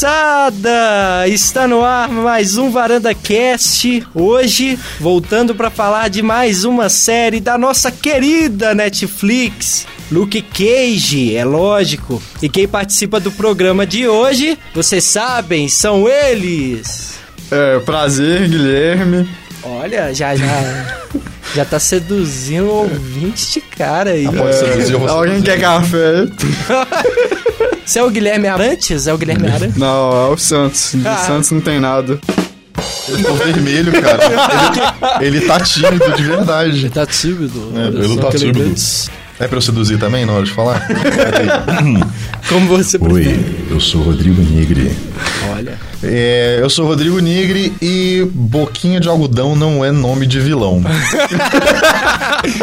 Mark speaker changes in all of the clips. Speaker 1: criançada! Está no ar mais um Varanda Cast. Hoje, voltando para falar de mais uma série da nossa querida Netflix. Luke Cage, é lógico. E quem participa do programa de hoje, vocês sabem, são eles.
Speaker 2: É, prazer, Guilherme.
Speaker 1: Olha, já já já tá seduzindo o ouvinte de cara aí.
Speaker 2: É, alguém quer café?
Speaker 1: Você é o Guilherme Arantes? É o Guilherme Arantes?
Speaker 2: Não, é o Santos. O
Speaker 1: Ah.
Speaker 2: Santos não tem nada.
Speaker 3: Ele ficou vermelho, cara. Ele, ele tá tímido de verdade.
Speaker 1: Tá tímido.
Speaker 3: É,
Speaker 1: Olha
Speaker 3: ele
Speaker 1: só
Speaker 3: tá
Speaker 1: que
Speaker 3: tímido.
Speaker 1: elegante.
Speaker 3: É pra eu seduzir também na hora de falar?
Speaker 1: Como você prefere.
Speaker 3: eu sou o Rodrigo Nigri.
Speaker 1: Olha.
Speaker 3: É, eu sou o Rodrigo Nigri e boquinha de algodão não é nome de vilão.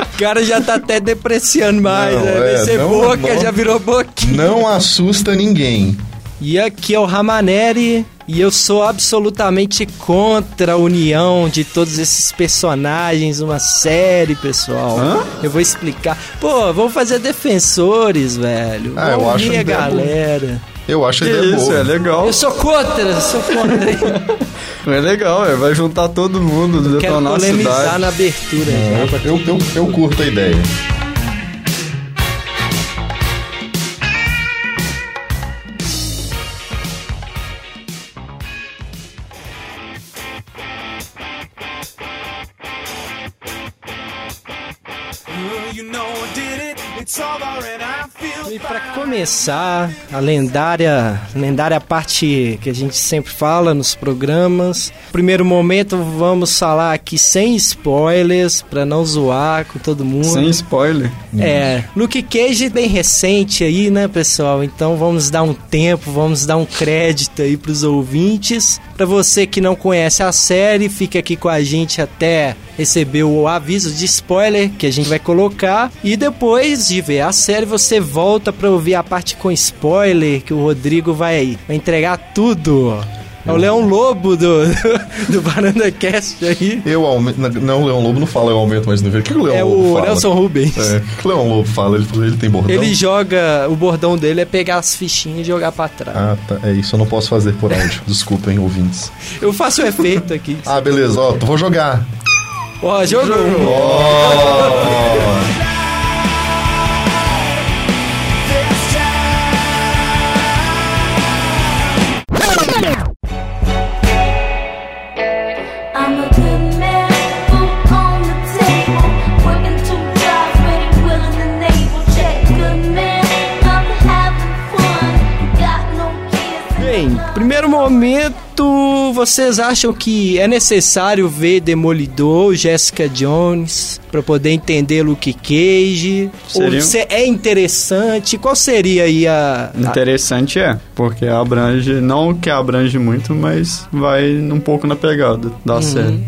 Speaker 1: O cara já tá até depreciando mais,
Speaker 3: Não,
Speaker 1: né?
Speaker 3: é,
Speaker 1: Vai ser
Speaker 3: não,
Speaker 1: boca,
Speaker 3: não.
Speaker 1: já virou boquinha.
Speaker 3: Não assusta ninguém.
Speaker 1: E aqui é o Ramaneri e eu sou absolutamente contra a união de todos esses personagens numa série, pessoal.
Speaker 2: Hã?
Speaker 1: Eu vou explicar. Pô, vamos fazer defensores, velho.
Speaker 3: Ah, eu
Speaker 1: Vamos
Speaker 3: acho
Speaker 1: unir a
Speaker 3: que é bom.
Speaker 1: galera.
Speaker 3: Eu acho
Speaker 2: Que
Speaker 3: ele é
Speaker 2: isso,
Speaker 3: boa.
Speaker 2: é legal.
Speaker 1: Eu sou contra, eu sou contra.
Speaker 2: É legal, é, vai juntar todo mundo,
Speaker 1: Quero
Speaker 2: detonar a
Speaker 1: polemizar
Speaker 2: cidade.
Speaker 1: na abertura. né? já.
Speaker 3: É, Eu, eu, eu curto a ideia.
Speaker 4: You know I did it. It's over and I feel
Speaker 1: E pra começar, a lendária, lendária parte que a gente sempre fala nos programas. Primeiro momento, vamos falar aqui sem spoilers, pra não zoar com todo mundo.
Speaker 2: Sem spoiler.
Speaker 1: É,
Speaker 3: Uhum.
Speaker 1: Luke Cage bem recente aí, né, pessoal? Então vamos dar um tempo, vamos dar um crédito aí pros ouvintes. Pra você que não conhece a série, fica aqui com a gente até receber o aviso de spoiler que a gente vai colocar e depois de ver a série você volta pra ouvir a parte com spoiler que o Rodrigo vai, vai entregar tudo. É
Speaker 3: Uhum.
Speaker 1: o Leão Lobo do do Varanda Cast aí.
Speaker 3: Eu aumento. Não, o Leão Lobo não fala, eu aumento mais nível. O que que o Leão
Speaker 1: É
Speaker 3: Lobo
Speaker 1: o
Speaker 3: fala?
Speaker 1: Nelson Rubens.
Speaker 3: É, o que que o Leão Lobo fala? Ele, ele tem bordão?
Speaker 1: Ele joga, o bordão dele é pegar as fichinhas e jogar pra trás.
Speaker 3: Ah, tá. É isso, eu não posso fazer por áudio. Desculpem, ouvintes.
Speaker 1: Eu faço o efeito aqui.
Speaker 3: Ah, beleza, ó, vou jogar.
Speaker 1: Ó, jogou.
Speaker 5: I'm a good man, food on the table, working two jobs, ready, willing, and able. Check, good man, I'm having fun, got no kids.
Speaker 1: Bem, primeiro momento, vocês acham que é necessário ver Demolidor, Jessica Jones, pra poder entender Luke Cage?
Speaker 2: Seria
Speaker 1: Ou
Speaker 2: um-
Speaker 1: se é interessante? Qual seria aí a... a-
Speaker 2: Interessante é, porque abrange, não que abrange muito, mas vai um pouco na pegada
Speaker 1: Uhum.
Speaker 2: da série.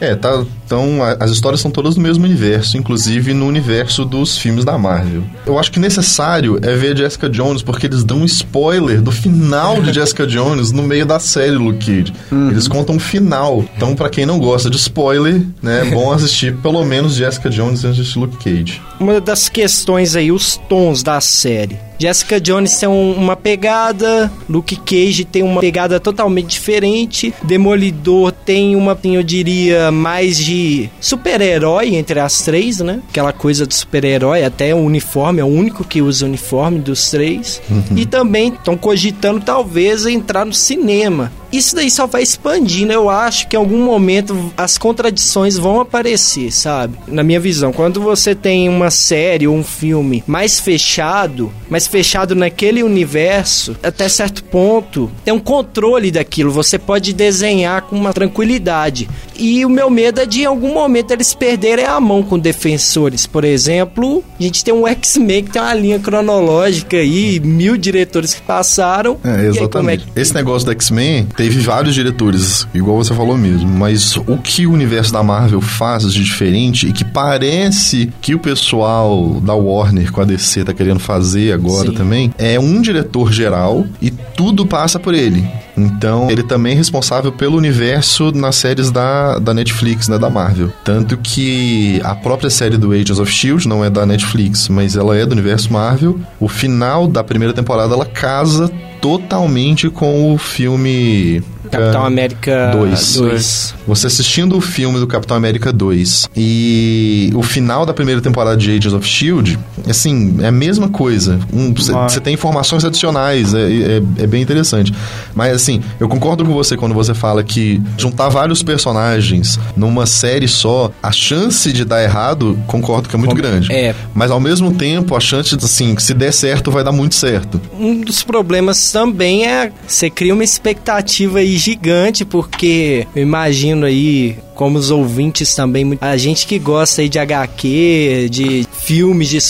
Speaker 3: É, tá. Então, a- as histórias são todas no mesmo universo, inclusive no universo dos filmes da Marvel. Eu acho que necessário é ver Jessica Jones, porque eles dão um spoiler do final de Jessica Jones no meio da série Luke Cage. Eles contam o final. Então, pra quem não gosta de spoiler, né, é bom assistir pelo menos Jessica Jones antes de assistir Luke Cage.
Speaker 1: uma das questões aí, os tons da série. Jessica Jones tem um- uma pegada, Luke Cage tem uma pegada totalmente diferente, Demolidor tem uma, eu diria, mais de super-herói entre as três, né? Aquela coisa de super-herói, até o uniforme, é o único que usa o uniforme dos três. E também estão cogitando talvez entrar no cinema. Isso daí só vai expandindo, eu acho que em algum momento as contradições vão aparecer, sabe? Na minha visão, quando você tem uma série ou um filme mais fechado, mais fechado naquele universo, até certo ponto, tem um controle daquilo, você pode desenhar com uma tranquilidade. E o meu medo é de em algum momento eles perderem a mão com defensores. Por exemplo, a gente tem um X-Men que tem uma linha cronológica aí, mil diretores que passaram. E
Speaker 3: É,
Speaker 1: aí, como é
Speaker 3: exatamente.
Speaker 1: que-
Speaker 3: Esse negócio do X-Men teve vários diretores, igual você falou mesmo, mas o que o universo da Marvel faz de diferente e que parece que o pessoal da Warner com a DC tá querendo fazer agora
Speaker 1: Sim.
Speaker 3: também, é um diretor geral e tudo passa por ele. Então, ele também é responsável pelo universo nas séries da, da Netflix, né, da Marvel. Tanto que a própria série do Agents of S.H.I.E.L.D. não é da Netflix, mas ela é do universo Marvel. O final da primeira temporada, ela casa totalmente com o filme...
Speaker 1: Capitão
Speaker 3: Ah,
Speaker 1: América
Speaker 3: dois.
Speaker 1: 2.
Speaker 3: você assistindo o filme do Capitão América 2 e o final da primeira temporada de Agents of S.H.I.E.L.D., assim, é a mesma coisa. Você
Speaker 2: Vai.
Speaker 3: tem informações adicionais, é, é- é bem interessante. Mas, assim, eu concordo com você quando você fala que juntar vários personagens numa série só, a chance de dar errado, concordo que é muito grande.
Speaker 1: é.
Speaker 3: Mas, ao mesmo tempo, a chance, de, assim, que se der certo, vai dar muito certo.
Speaker 1: Um dos problemas também é você cria uma expectativa aí gigante, porque eu imagino aí, como os ouvintes também, mu- a gente que gosta aí de HQ, de filmes de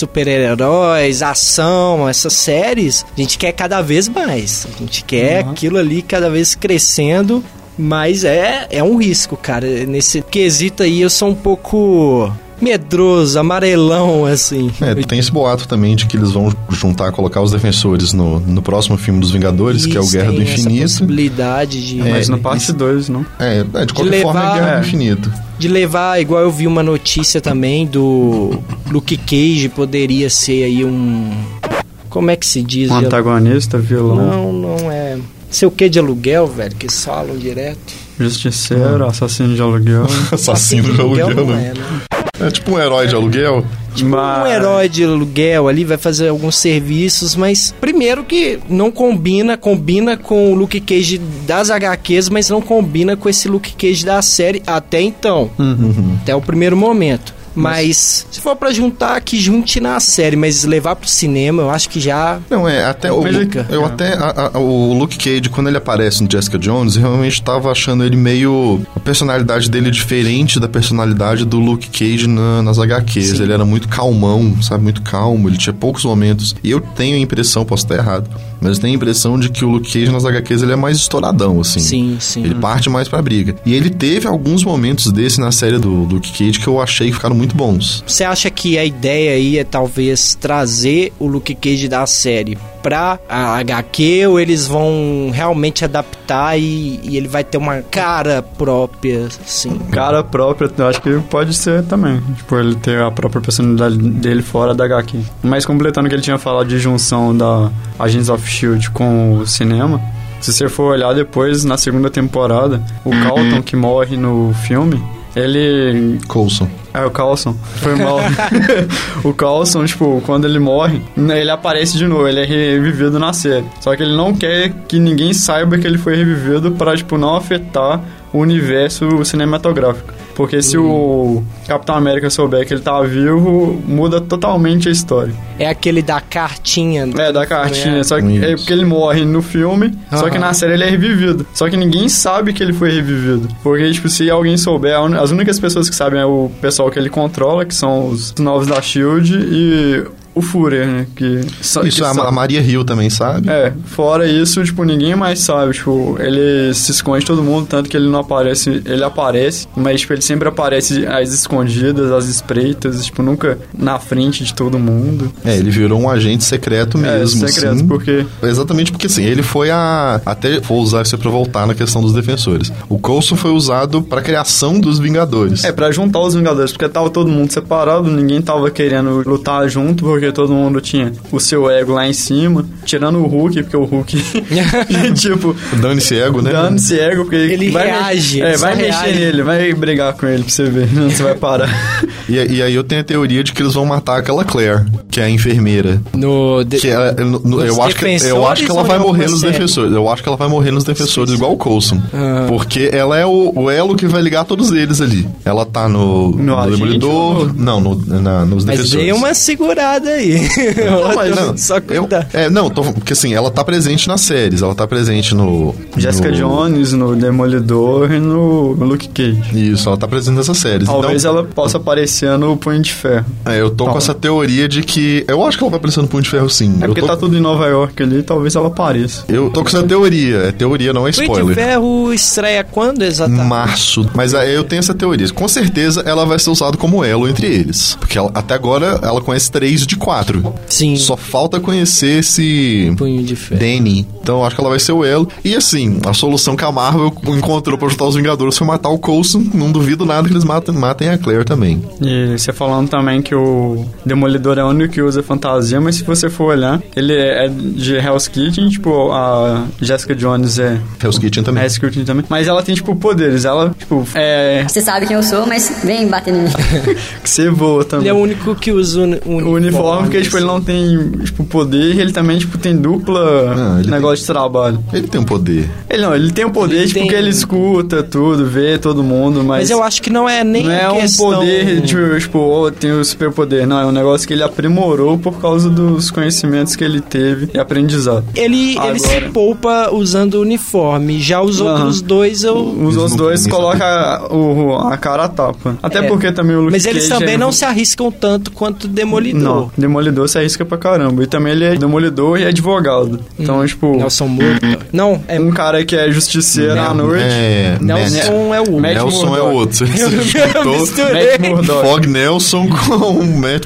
Speaker 1: super-heróis, ação, essas séries, a gente quer cada vez mais. A gente quer aquilo ali cada vez crescendo. Mas é, é um risco, cara. Nesse quesito aí eu sou um pouco medroso, amarelão, assim.
Speaker 3: É, tem esse boato também de que eles vão juntar, colocar os defensores no, no próximo filme dos Vingadores, que é o
Speaker 1: Isso,
Speaker 3: Guerra do
Speaker 1: tem essa
Speaker 3: Infinito.
Speaker 1: possibilidade de,
Speaker 2: Mas
Speaker 3: É,
Speaker 2: na parte 2, não.
Speaker 3: É, é, de qualquer
Speaker 1: levar-
Speaker 3: forma é Guerra
Speaker 2: É.
Speaker 3: do Infinito.
Speaker 1: de levar, igual eu vi uma notícia também do Luke Cage poderia ser aí um como é que se diz?
Speaker 2: Um
Speaker 1: de-
Speaker 2: antagonista, vilão,
Speaker 1: Não, não é. Sei o que de aluguel, velho, que eles falam direto.
Speaker 2: justiceiro, assassino de aluguel.
Speaker 3: Assassino de aluguel,
Speaker 1: não
Speaker 3: né?
Speaker 1: é, né?
Speaker 3: É tipo um herói de aluguel.
Speaker 1: Um herói de aluguel ali vai fazer alguns serviços, mas primeiro que não combina, combina com o Luke Cage das HQs, mas não combina com esse Luke Cage da série até então. até o primeiro momento. Mas se for pra juntar, que junte na série, mas levar pro cinema, eu acho que já.
Speaker 3: Não, é, até o.
Speaker 2: Mas
Speaker 3: Luke-
Speaker 2: é-
Speaker 3: eu até. a- a- o Luke Cage, quando ele aparece no Jessica Jones, eu realmente tava achando ele meio. A personalidade dele é diferente da personalidade do Luke Cage na- nas HQs. Ele era muito calmão, sabe? Muito calmo, ele tinha poucos momentos. E eu tenho a impressão, posso estar errado, mas eu tenho a impressão de que o Luke Cage nas HQs ele é mais estouradão, assim.
Speaker 1: Sim, sim.
Speaker 3: Ele parte mais pra briga. E ele teve alguns momentos desse na série do Luke Cage que eu achei que ficaram muito bons.
Speaker 1: Você acha que a ideia aí é talvez trazer o Luke Cage da série pra a HQ ou eles vão realmente adaptar e, e ele vai ter uma cara própria, assim? sim?
Speaker 2: Cara própria, eu acho que pode ser também. Tipo, ele ter a própria personalidade dele fora da HQ. Mas completando o que ele tinha falado de junção da Agents of S.H.I.E.L.D. com o cinema, se você for olhar depois, na segunda temporada, o Carlton que morre no filme, ele
Speaker 3: Coulson.
Speaker 2: é, o Carlson. Foi mal. o Carlson, tipo, quando ele morre, né, ele aparece de novo, ele é revivido na série. Só que ele não quer que ninguém saiba que ele foi revivido pra, tipo, não afetar o universo cinematográfico. Porque se o Capitão América souber que ele tá vivo, muda totalmente a história.
Speaker 1: É aquele da cartinha.
Speaker 2: É, da cartinha.
Speaker 1: É.
Speaker 2: Só que é
Speaker 3: Isso.
Speaker 2: porque ele morre no filme, só que
Speaker 1: Aham.
Speaker 2: na série ele é revivido. Só que ninguém sabe que ele foi revivido. Porque, tipo, se alguém souber, a un- as únicas pessoas que sabem é o pessoal que ele controla, que são os novos da Shield e o Führer, né? Que são-
Speaker 3: Isso é
Speaker 2: que
Speaker 3: a,
Speaker 2: são-
Speaker 3: a Maria Hill também sabe.
Speaker 2: É, fora isso, tipo, ninguém mais sabe. Tipo, ele se esconde de todo mundo, tanto que ele não aparece. Ele aparece, mas, tipo, ele sempre aparece às escondidas, às espreitas, tipo, nunca na frente de todo mundo.
Speaker 3: É, ele virou um agente secreto mesmo.
Speaker 2: é, secreto,
Speaker 3: sim.
Speaker 2: porque.
Speaker 3: Exatamente porque assim, ele foi a. Até vou usar isso pra voltar na questão dos defensores. O Coulson foi usado pra criação dos Vingadores.
Speaker 2: É, pra juntar os Vingadores, porque tava todo mundo separado, ninguém tava querendo lutar junto, porque todo mundo tinha o seu ego lá em cima, tirando o Hulk, porque o Hulk, tipo,
Speaker 3: Dane-se ego, né?
Speaker 2: dando-se ego, porque
Speaker 1: Ele
Speaker 2: vai
Speaker 1: reage,
Speaker 2: me-
Speaker 1: ele
Speaker 2: é, vai
Speaker 1: só
Speaker 2: mexer
Speaker 1: reage.
Speaker 2: nele, vai brigar com ele pra você ver, não você vai parar.
Speaker 3: E, e aí eu tenho a teoria de que eles vão matar aquela Claire, que é a enfermeira.
Speaker 1: No de-
Speaker 3: Que é ela- eu, eu
Speaker 1: Nos
Speaker 3: acho que, eu acho que
Speaker 1: defensores ou
Speaker 3: ela vai
Speaker 1: é em
Speaker 3: morrer
Speaker 1: alguma
Speaker 3: nos
Speaker 1: série?
Speaker 3: defensores. Eu acho que ela vai morrer nos defensores, igual o Coulson.
Speaker 1: Ah.
Speaker 3: Porque ela é o, o elo que vai ligar todos eles ali. Ela tá no, no,
Speaker 2: agente
Speaker 3: Demolidor.
Speaker 2: ou-
Speaker 3: Não, no, na- nos
Speaker 1: Mas
Speaker 3: defensores.
Speaker 1: dei uma segurada aí.
Speaker 3: Não, mas não,
Speaker 1: Só
Speaker 3: eu,
Speaker 1: cuidar.
Speaker 3: é, não, tô, porque assim, ela tá presente nas séries, ela tá presente no.
Speaker 2: Jessica
Speaker 3: no-
Speaker 2: Jones, no Demolidor e no Luke Cage.
Speaker 3: Isso, ela tá presente nessas séries.
Speaker 2: Talvez
Speaker 3: então,
Speaker 2: ela possa esse ano o Punho de Ferro.
Speaker 3: É, eu tô com
Speaker 2: Não.
Speaker 3: essa teoria de que. Eu acho que ela vai aparecer no Punho de Ferro sim.
Speaker 2: É
Speaker 3: eu,
Speaker 2: porque
Speaker 3: tô,
Speaker 2: tá tudo em Nova York ali, talvez ela apareça.
Speaker 3: eu tô com essa teoria. É teoria, não é
Speaker 1: Punho de
Speaker 3: spoiler.
Speaker 1: Ferro tá. estreia quando exatamente?
Speaker 3: Março. Mas aí eu tenho essa teoria. Com certeza ela vai ser usada como elo entre eles. Porque ela- até agora ela conhece três de quatro.
Speaker 1: Sim.
Speaker 3: Hum, Só falta conhecer esse.
Speaker 1: Punho de Ferro.
Speaker 3: Danny. Então eu acho que ela vai ser o elo. E assim, a solução que a Marvel encontrou pra ajudar os Vingadores foi matar o Coulson. Não duvido nada que eles matem, matem a Claire também.
Speaker 2: E você falando também que o Demolidor é o único que usa fantasia, mas se você for olhar, ele é de Hell's Kitchen, tipo, a Jessica Jones é
Speaker 3: Hell's Kitchen também.
Speaker 2: Hell's Kitchen também, mas ela tem, tipo, poderes, ela, tipo, é...
Speaker 6: Você sabe quem eu sou, mas vem bater em mim.
Speaker 2: que você voa também.
Speaker 1: Ele um é o único que usa o uni- uniforme.
Speaker 2: O uniforme, porque, tipo, ele não tem, tipo, poder e ele também, tipo, tem dupla
Speaker 3: Ah, ele
Speaker 2: negócio de trabalho.
Speaker 3: Ele tem um poder.
Speaker 2: Ele não, ele tem o poder,
Speaker 1: Ele
Speaker 2: tipo,
Speaker 1: tem- um-
Speaker 2: que ele escuta tudo, vê todo mundo, mas...
Speaker 1: Mas eu acho que não é nem
Speaker 2: Não é um
Speaker 1: questão...
Speaker 2: poder, tipo, tipo oh, tem o superpoder. Não, é um negócio que ele aprimorou por causa dos conhecimentos que ele teve e aprendizado.
Speaker 1: Ele, ele se
Speaker 2: Agora.
Speaker 1: poupa usando o uniforme. Já os
Speaker 2: Aham.
Speaker 1: outros dois eu...
Speaker 2: Os outros
Speaker 3: não-
Speaker 2: dois
Speaker 3: eles não-
Speaker 2: colocam a, o- a cara a tapa. Até
Speaker 1: É.
Speaker 2: porque também o Luke
Speaker 1: Mas eles
Speaker 2: Cage
Speaker 1: também
Speaker 2: é-
Speaker 1: não se arriscam tanto quanto o Demolidor.
Speaker 2: Não, Demolidor se arrisca pra caramba. E também ele é Demolidor e advogado. Então, tipo,
Speaker 1: Nelson Murdoch. Não, Hum. é...
Speaker 2: um cara que é justiceiro à noite.
Speaker 3: É, Nelson.
Speaker 1: Nelson é o outro.
Speaker 2: Matt
Speaker 3: Nelson é
Speaker 2: Murdock.
Speaker 3: outro. Você
Speaker 1: Eu
Speaker 3: juntou
Speaker 1: misturei.
Speaker 2: Matt Murdock.
Speaker 3: Fog Nelson com Matt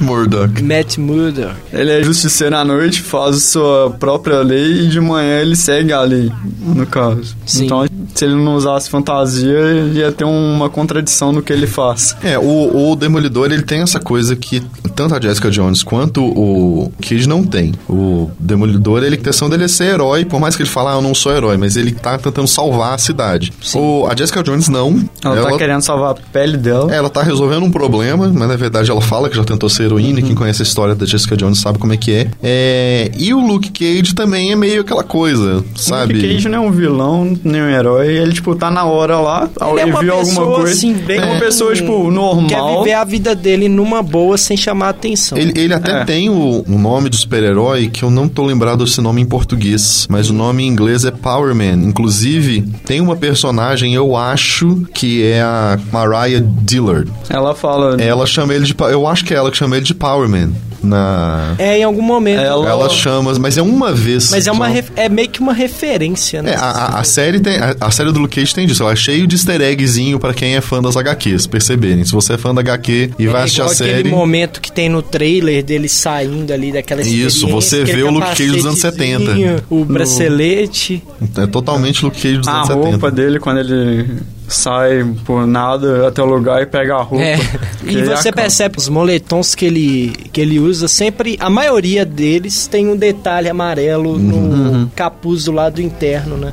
Speaker 3: Murdock.
Speaker 1: Matt Murdock.
Speaker 2: Ele é justiceiro à noite, faz sua própria lei e de manhã ele segue a lei, no caso.
Speaker 1: Sim.
Speaker 2: Então, se ele não usasse fantasia, ele ia ter uma contradição no que ele faz.
Speaker 3: É, o, o Demolidor, ele tem essa coisa que tanto a Jessica Jones quanto o Kid não tem. O Demolidor, ele, a intenção dele é ser herói, por mais que ele fale, ah, eu não sou herói, mas ele tá tentando salvar a cidade. O, a Jessica Jones, não.
Speaker 2: Ela, tá querendo salvar a pele dela.
Speaker 3: Ela tá resolvendo um problema, mas na verdade ela fala que já tentou ser heroína, e
Speaker 2: Uhum.
Speaker 3: quem conhece a história da Jessica Jones sabe como é que é. É, E o Luke Cage também é meio aquela coisa, sabe?
Speaker 2: Porque Cage não é um vilão, nem um herói. Ele, tipo, tá na hora lá,
Speaker 1: Ele é
Speaker 2: ele
Speaker 1: uma
Speaker 2: viu alguma
Speaker 1: pessoa,
Speaker 2: coisa.
Speaker 1: assim, bem-
Speaker 2: é uma pessoa, tipo, normal.
Speaker 1: Quer viver a vida dele numa boa sem chamar atenção.
Speaker 3: Ele, ele até
Speaker 2: É.
Speaker 3: tem o, o nome do super-herói, que eu não tô lembrado desse nome em português, mas o nome em inglês é Power Man. Inclusive, tem uma personagem, eu acho, que é a Mariah Dillard.
Speaker 2: Ela fala.
Speaker 3: Ela chama ele de. pa- Eu acho que é ela que chama ele de Power Man. Na.
Speaker 1: É em algum momento.
Speaker 2: Ela-
Speaker 3: Ela chama, mas é uma vez.
Speaker 1: Oh. Mas é, uma
Speaker 3: só.
Speaker 1: ref- é meio que uma referência, né?
Speaker 3: É, a, a- a série tem, a, a série do Luke Cage tem disso. Ela é cheio de easter eggzinho pra quem é fã das HQs, perceberem. Se você é fã da HQ e vai
Speaker 1: É
Speaker 3: assistir a
Speaker 1: igual aquele
Speaker 3: série.
Speaker 1: momento que tem no trailer dele saindo ali daquela
Speaker 3: Isso,
Speaker 1: experiência,
Speaker 3: você
Speaker 1: aquele
Speaker 3: vê o Luke Cage dos anos 70.
Speaker 1: um capacetezinho, O bracelete.
Speaker 3: É totalmente Luke Cage dos
Speaker 2: A
Speaker 3: anos
Speaker 2: roupa
Speaker 3: 70.
Speaker 2: dele, quando ele sai por nada até o lugar e pega a roupa.
Speaker 1: É.
Speaker 2: Que
Speaker 1: E
Speaker 2: ele
Speaker 1: você
Speaker 2: acaba.
Speaker 1: percebe os moletons que ele, que ele usa, sempre, a maioria deles tem um detalhe amarelo no
Speaker 3: Uhum.
Speaker 1: capuz do lado interno, né?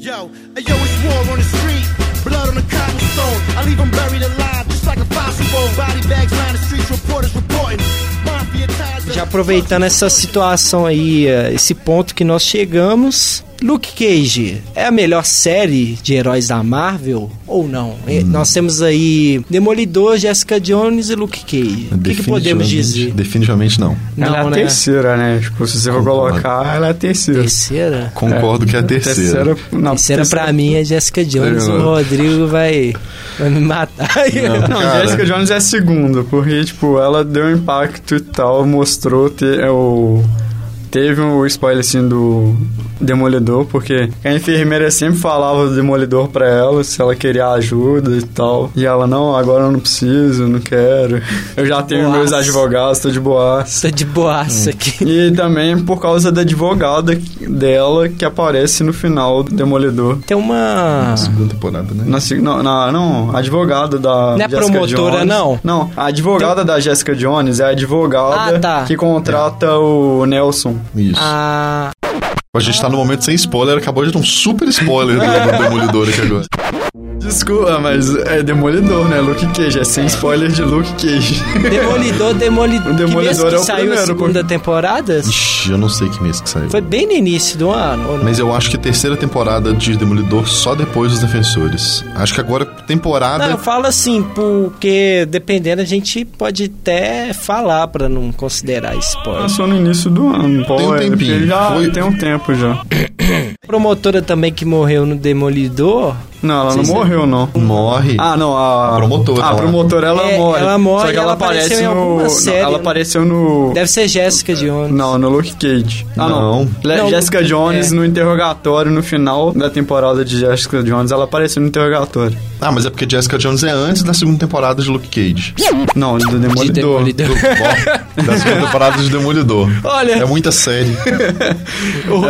Speaker 7: Yo, uh, yo, it's war on the street, blood on the cobblestone. I leave 'em buried alive, just like a fossil bone. Body bags lined the streets, reporters reporting. Mafia ties.
Speaker 1: Já
Speaker 7: that-
Speaker 1: aproveitando essa situação aí, eh, esse ponto que nós chegamos. Luke Cage é a melhor série de heróis da Marvel ou não? E
Speaker 2: Hum.
Speaker 1: Nós temos aí Demolidor, Jessica Jones e Luke Cage. O que, que podemos
Speaker 3: Definitivamente-
Speaker 1: dizer?
Speaker 3: Definitivamente não.
Speaker 2: Ela é a terceira, né? Tipo, se você for colocar, ela é a terceira.
Speaker 1: Terceira?
Speaker 3: Concordo que é a terceira.
Speaker 2: não,
Speaker 1: Terceira pra mim é Jessica Jones.
Speaker 3: Terceira.
Speaker 1: O Rodrigo vai, vai me matar.
Speaker 2: Não,
Speaker 3: Cara.
Speaker 2: Jessica Jones é a segunda, porque, tipo, ela deu impacto e tal, mostrou te, é, o... Teve um spoiler, assim, do Demolidor, porque a enfermeira sempre falava do Demolidor pra ela, se ela queria ajuda e tal. E ela, não, agora eu não preciso, não quero. Eu já tenho
Speaker 1: Boaça.
Speaker 2: meus advogados, tô de boas.
Speaker 1: Tô de
Speaker 2: Hum.
Speaker 1: boaça aqui.
Speaker 2: E também por causa da advogada dela que aparece no final do Demolidor.
Speaker 1: Tem uma.
Speaker 3: Segunda temporada, né?
Speaker 2: Na, seg- não, na- não, a advogada da.
Speaker 1: Não é
Speaker 2: Jessica
Speaker 1: promotora,
Speaker 2: Jones.
Speaker 1: não?
Speaker 2: Não, a advogada da Jessica Jones é a advogada
Speaker 1: Ah, tá.
Speaker 2: que contrata o Nelson.
Speaker 3: Isso.
Speaker 1: Ah. A...
Speaker 3: A gente tá no momento sem spoiler, acabou de dar um super spoiler do, do Demolidor aqui agora.
Speaker 2: Desculpa, mas é Demolidor, né? Luke Cage. É sem spoiler de Luke Cage.
Speaker 1: Demolidor, Demolidor.
Speaker 2: O Demolidor
Speaker 1: que mês que
Speaker 2: é o
Speaker 1: saiu a
Speaker 2: primeiro,
Speaker 1: segunda temporada?
Speaker 3: Ixi, eu não sei que mês que saiu.
Speaker 1: Foi bem no início do ano, ou não?
Speaker 3: Mas eu acho que terceira temporada de Demolidor só depois dos Defensores. Acho que agora temporada.
Speaker 1: Não, eu falo assim, porque dependendo a gente pode até falar pra não considerar spoiler.
Speaker 2: Passou no início do ano. Pô,
Speaker 3: Tem um
Speaker 2: é, porque
Speaker 3: tempinho.
Speaker 2: Já
Speaker 3: Foi-
Speaker 2: tem um tempo já.
Speaker 1: A promotora também que morreu no Demolidor
Speaker 2: Não, ela
Speaker 1: Sim,
Speaker 2: não
Speaker 1: sim.
Speaker 2: morreu, não.
Speaker 3: Morre.
Speaker 2: Ah, não, a,
Speaker 3: A promotora,
Speaker 2: A
Speaker 3: ela-
Speaker 2: promotora ela
Speaker 1: É,
Speaker 2: morre.
Speaker 1: ela morre
Speaker 2: Só que
Speaker 1: e
Speaker 2: ela,
Speaker 1: ela apareceu
Speaker 2: aparece
Speaker 1: em alguma
Speaker 2: no.
Speaker 1: série,
Speaker 2: ela
Speaker 1: né?
Speaker 2: apareceu no.
Speaker 1: Deve ser Jéssica Jones.
Speaker 2: Não, no Luke Cage. Ah, não.
Speaker 3: Não.
Speaker 2: Le-
Speaker 1: Não,
Speaker 2: Jessica
Speaker 1: Luke-
Speaker 2: Jones
Speaker 1: é.
Speaker 2: no interrogatório, no final da temporada de Jessica Jones, ela apareceu no interrogatório.
Speaker 3: Ah, mas é porque Jessica Jones é antes da segunda temporada de Luke Cage.
Speaker 2: Não, do Demolidor.
Speaker 1: De Demolidor.
Speaker 3: Do- bom, da segunda temporada de Demolidor.
Speaker 1: Olha.
Speaker 3: É muita série.
Speaker 2: É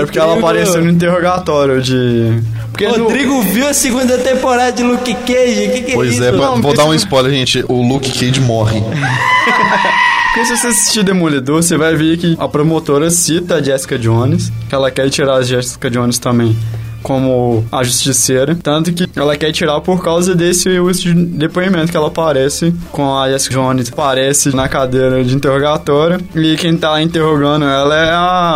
Speaker 2: porque ela
Speaker 1: Rodrigo-
Speaker 2: apareceu no interrogatório de. Porque no-
Speaker 1: Rodrigo viu a segunda temporada de Luke Cage. Que que
Speaker 3: Pois
Speaker 1: é,
Speaker 3: é,
Speaker 1: isso?
Speaker 3: pra-
Speaker 2: não,
Speaker 3: vou
Speaker 2: mas-
Speaker 3: dar um spoiler, gente. O Luke Cage morre.
Speaker 2: Porque se você assistir Demolidor, você vai ver que a promotora cita a Jessica Jones, que ela quer tirar a Jessica Jones também como a justiceira, tanto que ela quer tirar por causa desse uso de depoimento que ela aparece com a Jessica Jones, aparece na cadeira de interrogatório e quem tá interrogando ela é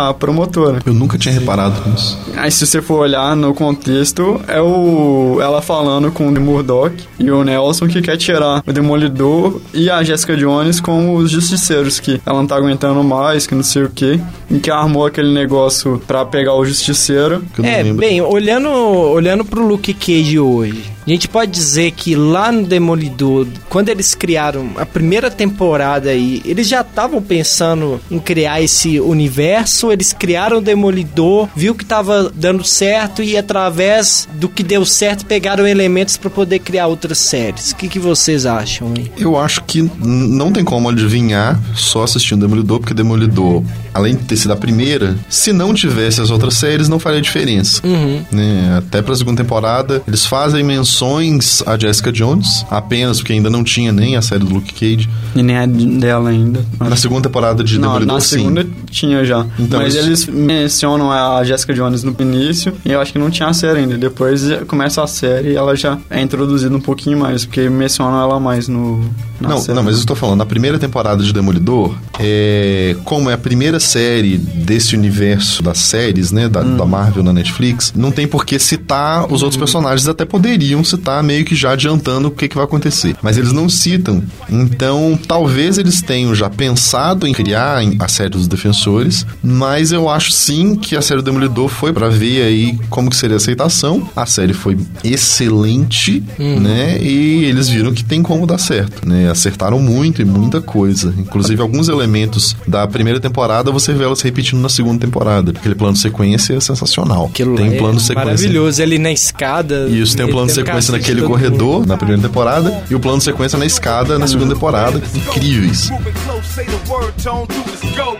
Speaker 2: a promotora.
Speaker 3: Eu nunca tinha reparado nisso.
Speaker 2: Aí se você for olhar no contexto, é o ela falando com o Murdock e o Nelson que quer tirar o Demolidor e a Jessica Jones como os justiceiros que ela não tá aguentando mais, que não sei o que, e que armou aquele negócio pra pegar o justiceiro.
Speaker 3: que eu não
Speaker 1: É,
Speaker 3: lembro.
Speaker 1: bem, olhando, olhando pro Luke Cage hoje, a gente pode dizer que lá no Demolidor, quando eles criaram a primeira temporada aí, eles já estavam pensando em criar esse universo, eles criaram o Demolidor, viu que tava dando certo e através do que deu certo pegaram elementos pra poder criar outras séries. O que, que vocês acham, hein?
Speaker 3: Eu acho que n- não tem como adivinhar só assistindo Demolidor, porque Demolidor, além de ter sido a primeira, se não tivesse as outras séries, não faria diferença.
Speaker 1: Uhum.
Speaker 3: Né? Até pra segunda temporada, eles fazem menções a Jessica Jones, apenas porque ainda não tinha nem a série do Luke Cage.
Speaker 2: E nem é dela ainda.
Speaker 3: Na segunda temporada de
Speaker 2: Não,
Speaker 3: Demolidor,
Speaker 2: na
Speaker 3: sim.
Speaker 2: segunda tinha já.
Speaker 3: Então,
Speaker 2: Mas
Speaker 3: isso-
Speaker 2: eles mencionam a Jessica Jones no início e eu acho que não tinha a série ainda. Depois começa a série e ela já é introduzida um pouquinho mais, porque mencionam ela mais no. na
Speaker 3: Não,
Speaker 2: série.
Speaker 3: não, mas eu estou falando, na primeira temporada de Demolidor, é, como é a primeira série desse universo das séries, né, da, da Marvel na Netflix, não tem por que citar os outros personagens, até poderiam citar meio que já adiantando o que, que vai acontecer. Mas eles não citam. Então, talvez eles tenham já pensado em criar em- a série dos Defensores, mas eu acho sim que a série do Demolidor foi para ver aí como que seria a aceitação. A série foi excelente,
Speaker 1: Hum.
Speaker 3: né? E eles viram que tem como dar certo, né? Acertaram muito e muita coisa. Inclusive, alguns elementos da primeira temporada você vê elas repetindo na segunda temporada. Aquele plano sequência é sensacional.
Speaker 1: Aquilo
Speaker 3: tem um
Speaker 1: lá é
Speaker 3: plano sequência
Speaker 1: Maravilhoso, ali na escada.
Speaker 3: e Isso, tem o plano de
Speaker 1: metendo
Speaker 3: sequência
Speaker 1: cacete
Speaker 3: naquele
Speaker 1: todo
Speaker 3: corredor,
Speaker 1: mundo.
Speaker 3: na primeira temporada, e o plano de sequência na escada, na segunda temporada. Incríveis.
Speaker 4: Moving close, say the word, don't do this ghost.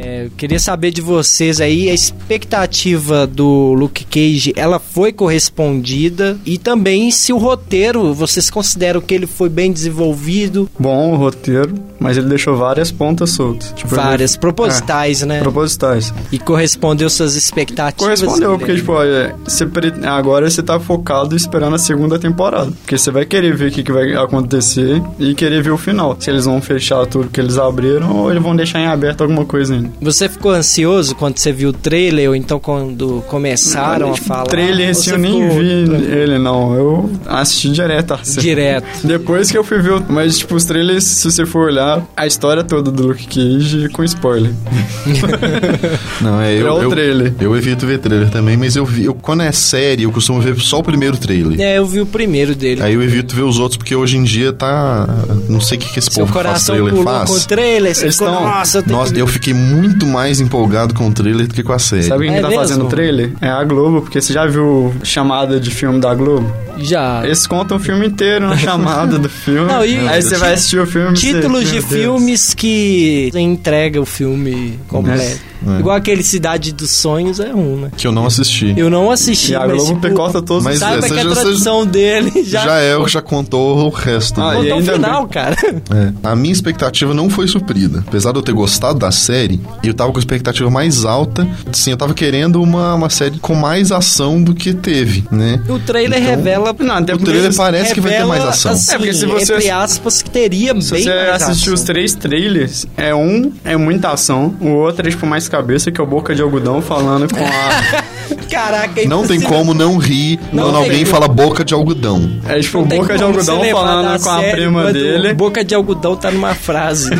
Speaker 1: É, eu queria saber de vocês aí, a expectativa do Luke Cage, ela foi correspondida? E também se o roteiro, vocês consideram que ele foi bem desenvolvido?
Speaker 2: bom o roteiro, mas ele deixou várias pontas soltas. Tipo,
Speaker 1: Várias
Speaker 2: ele-
Speaker 1: propositais, né?
Speaker 2: É, propositais.
Speaker 1: E correspondeu suas expectativas?
Speaker 2: Correspondeu,
Speaker 1: Guilherme?
Speaker 2: porque, tipo, olha, você pre- agora você tá focado esperando a segunda temporada. Porque você vai querer ver o que, que vai acontecer e querer ver o final. Se eles vão fechar tudo que eles abriram ou eles vão deixar em aberto alguma coisa ainda.
Speaker 1: Você ficou ansioso quando você viu o trailer ou então quando começaram a falar?
Speaker 2: Trailer,
Speaker 1: Ou
Speaker 2: assim,
Speaker 1: você
Speaker 2: eu nem
Speaker 1: ficou
Speaker 2: vi ele, não. Eu assisti direto. a série.
Speaker 1: Direto.
Speaker 2: Depois que eu fui ver, o- mas tipo, os trailers, se você for olhar, a história toda do Luke Cage é com spoiler.
Speaker 3: Não, é
Speaker 2: É o trailer.
Speaker 3: Eu evito ver trailer também, mas eu vi. Eu, quando é série, eu costumo ver só o primeiro trailer.
Speaker 1: É, eu vi o primeiro dele.
Speaker 3: Aí eu evito ver os outros, porque hoje em dia tá. Não sei o que, que esse
Speaker 1: Seu
Speaker 3: povo que faz
Speaker 1: coração
Speaker 3: trailer
Speaker 1: pulou
Speaker 3: faz.
Speaker 1: com o trailer, você
Speaker 2: Eles
Speaker 1: ficou,
Speaker 2: tão-
Speaker 1: nossa, eu tenho
Speaker 3: Nossa,
Speaker 1: que...
Speaker 3: eu fiquei muito mais empolgado com o trailer do que com a série.
Speaker 2: Sabe quem
Speaker 1: É
Speaker 2: que tá
Speaker 1: mesmo?
Speaker 2: fazendo o trailer? É a Globo, porque você já viu chamada de filme da Globo?
Speaker 1: Já.
Speaker 2: Eles contam o filme inteiro na chamada do filme.
Speaker 1: Não, e-
Speaker 2: aí você vai assistir o filme. e você-
Speaker 1: Títulos de
Speaker 2: Meu Deus.
Speaker 1: filmes que entrega o filme completo.
Speaker 2: Né?
Speaker 3: É.
Speaker 1: Igual aquele Cidade dos Sonhos é um, né?
Speaker 3: Que eu não assisti.
Speaker 1: Eu não assisti,
Speaker 2: E a
Speaker 1: mas
Speaker 2: Globo
Speaker 1: tipo,
Speaker 2: picota todos
Speaker 3: Mas
Speaker 2: os
Speaker 3: é,
Speaker 1: sabe
Speaker 3: você
Speaker 1: que a
Speaker 3: já- você
Speaker 1: tradução dele já,
Speaker 3: Já, é o que já contou o resto.
Speaker 2: Ah,
Speaker 3: né?
Speaker 2: e
Speaker 1: contou o
Speaker 2: ainda
Speaker 1: final, cara.
Speaker 3: É. A minha expectativa não foi suprida. Apesar de eu ter gostado da série, eu tava com a expectativa mais alta. Assim, eu tava querendo uma, uma série com mais ação do que teve, né?
Speaker 1: O trailer
Speaker 3: Então,
Speaker 1: revela ela.
Speaker 2: Não, até
Speaker 3: O trailer parece que vai ter mais
Speaker 1: revela,
Speaker 3: ação.
Speaker 1: assim,
Speaker 2: É, porque se você-
Speaker 1: Entre aspas, que teria bem
Speaker 2: Se você
Speaker 1: mais
Speaker 2: assistir
Speaker 1: ação.
Speaker 2: os três trailers, é um é muita ação, o outro é tipo mais cabeça, que é o Boca de Algodão falando com a.
Speaker 1: Caraca, é
Speaker 3: Não tem
Speaker 1: impossível.
Speaker 3: como não rir
Speaker 1: Não
Speaker 3: quando
Speaker 1: tem
Speaker 3: alguém
Speaker 1: como.
Speaker 3: fala boca de algodão.
Speaker 2: É tipo o
Speaker 1: Não tem
Speaker 2: Boca de
Speaker 1: como
Speaker 2: Algodão
Speaker 1: se levar
Speaker 2: falando com a
Speaker 1: sério
Speaker 2: prima
Speaker 1: quando
Speaker 2: dele.
Speaker 1: Boca de algodão tá numa frase.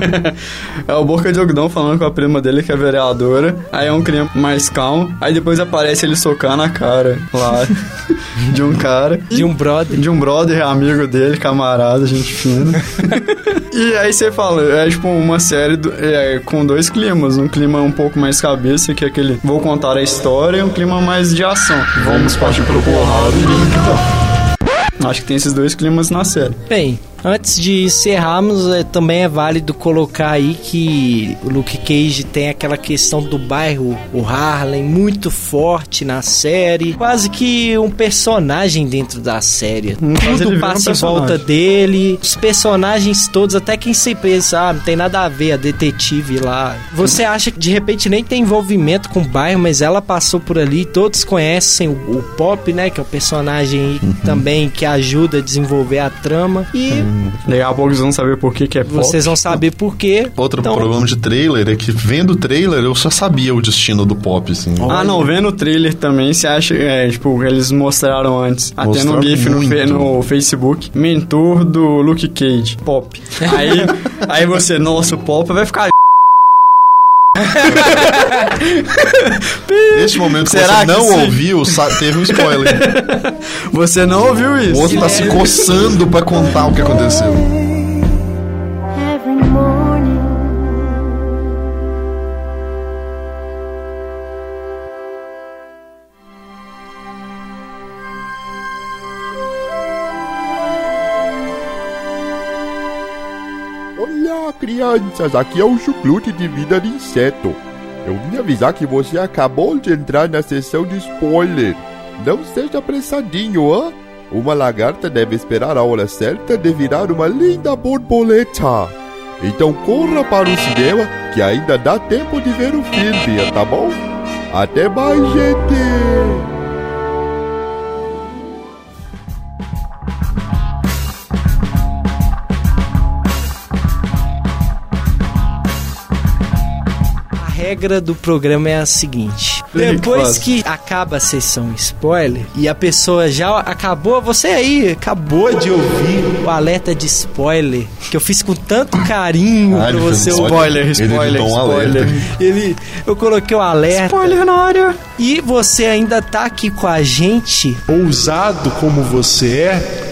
Speaker 2: É o Boca de Algodão falando com a prima dele, que é vereadora. Aí é um crime mais calmo. Aí depois aparece ele socar na cara lá de um cara.
Speaker 1: de um brother.
Speaker 2: De um brother, amigo dele, camarada, gente fina. e aí você fala, é tipo uma série do- é, com dois climas. Um clima um pouco mais cabeça, que é aquele vou contar a história, e um clima mais de ação. Vamos partir pro porrado e vamos que tá. Acho que tem esses dois climas na série.
Speaker 1: Bem, antes de encerrarmos, é, também é válido colocar aí que o Luke Cage tem aquela questão do bairro, o Harlem, muito forte na série. Quase que um personagem dentro da série.
Speaker 2: faz ele
Speaker 1: Tudo
Speaker 2: virar um
Speaker 1: passa em
Speaker 2: personagem.
Speaker 1: volta dele. Os personagens todos, até quem se pensa, ah, não tem nada a ver, a detetive lá. Você acha que de repente nem tem envolvimento com o bairro, mas ela passou por ali, todos conhecem o, o Pop, né? Que é o personagem aí
Speaker 3: Uhum.
Speaker 1: também que ajuda a desenvolver a trama. E
Speaker 3: Uhum.
Speaker 2: Daqui a pouco vocês vão saber por que, que é pop.
Speaker 1: vocês vão saber por quê.
Speaker 3: Outro
Speaker 1: Então,
Speaker 3: problema de trailer é que vendo o trailer eu só sabia o destino do pop, assim.
Speaker 2: Ah, não, vendo o trailer também, você acha, é, tipo, eles mostraram antes, até no
Speaker 3: Mostraram
Speaker 2: GIF no, fe-
Speaker 3: muito.
Speaker 2: no Facebook, mentor do Luke Cage, Pop. Aí, aí você, nossa, o Pop vai ficar...
Speaker 3: Neste momento que
Speaker 2: Será que
Speaker 3: você não
Speaker 2: sim?
Speaker 3: ouviu, sa- teve um spoiler.
Speaker 2: Você não ouviu
Speaker 3: o
Speaker 2: isso?
Speaker 3: outro tá se coçando pra contar o que aconteceu.
Speaker 5: Every morning.
Speaker 8: Olá, crianças, aqui é o Chuclute de Vida de Inseto. Eu vim avisar que você acabou de entrar na sessão de spoiler. Não seja apressadinho, hã? Uma lagarta deve esperar a hora certa de virar uma linda borboleta. Então corra para o cinema que ainda dá tempo de ver o filme, tá bom? Até mais, gente!
Speaker 1: A regra do programa é a seguinte:
Speaker 2: Explique,
Speaker 1: depois
Speaker 2: Fábio.
Speaker 1: que acaba a sessão spoiler e a pessoa já acabou, você aí acabou de ouvir o alerta de spoiler que eu fiz com tanto carinho pra
Speaker 3: Caralho,
Speaker 1: você
Speaker 3: Fábio,
Speaker 1: ouvir.
Speaker 2: um Spoiler,
Speaker 3: Ele
Speaker 2: spoiler,
Speaker 3: editou um
Speaker 2: spoiler.
Speaker 3: alerta.
Speaker 1: Ele, eu coloquei o alerta
Speaker 2: Spoiler na área.
Speaker 1: e você ainda tá aqui com a gente.
Speaker 9: Ousado como você é,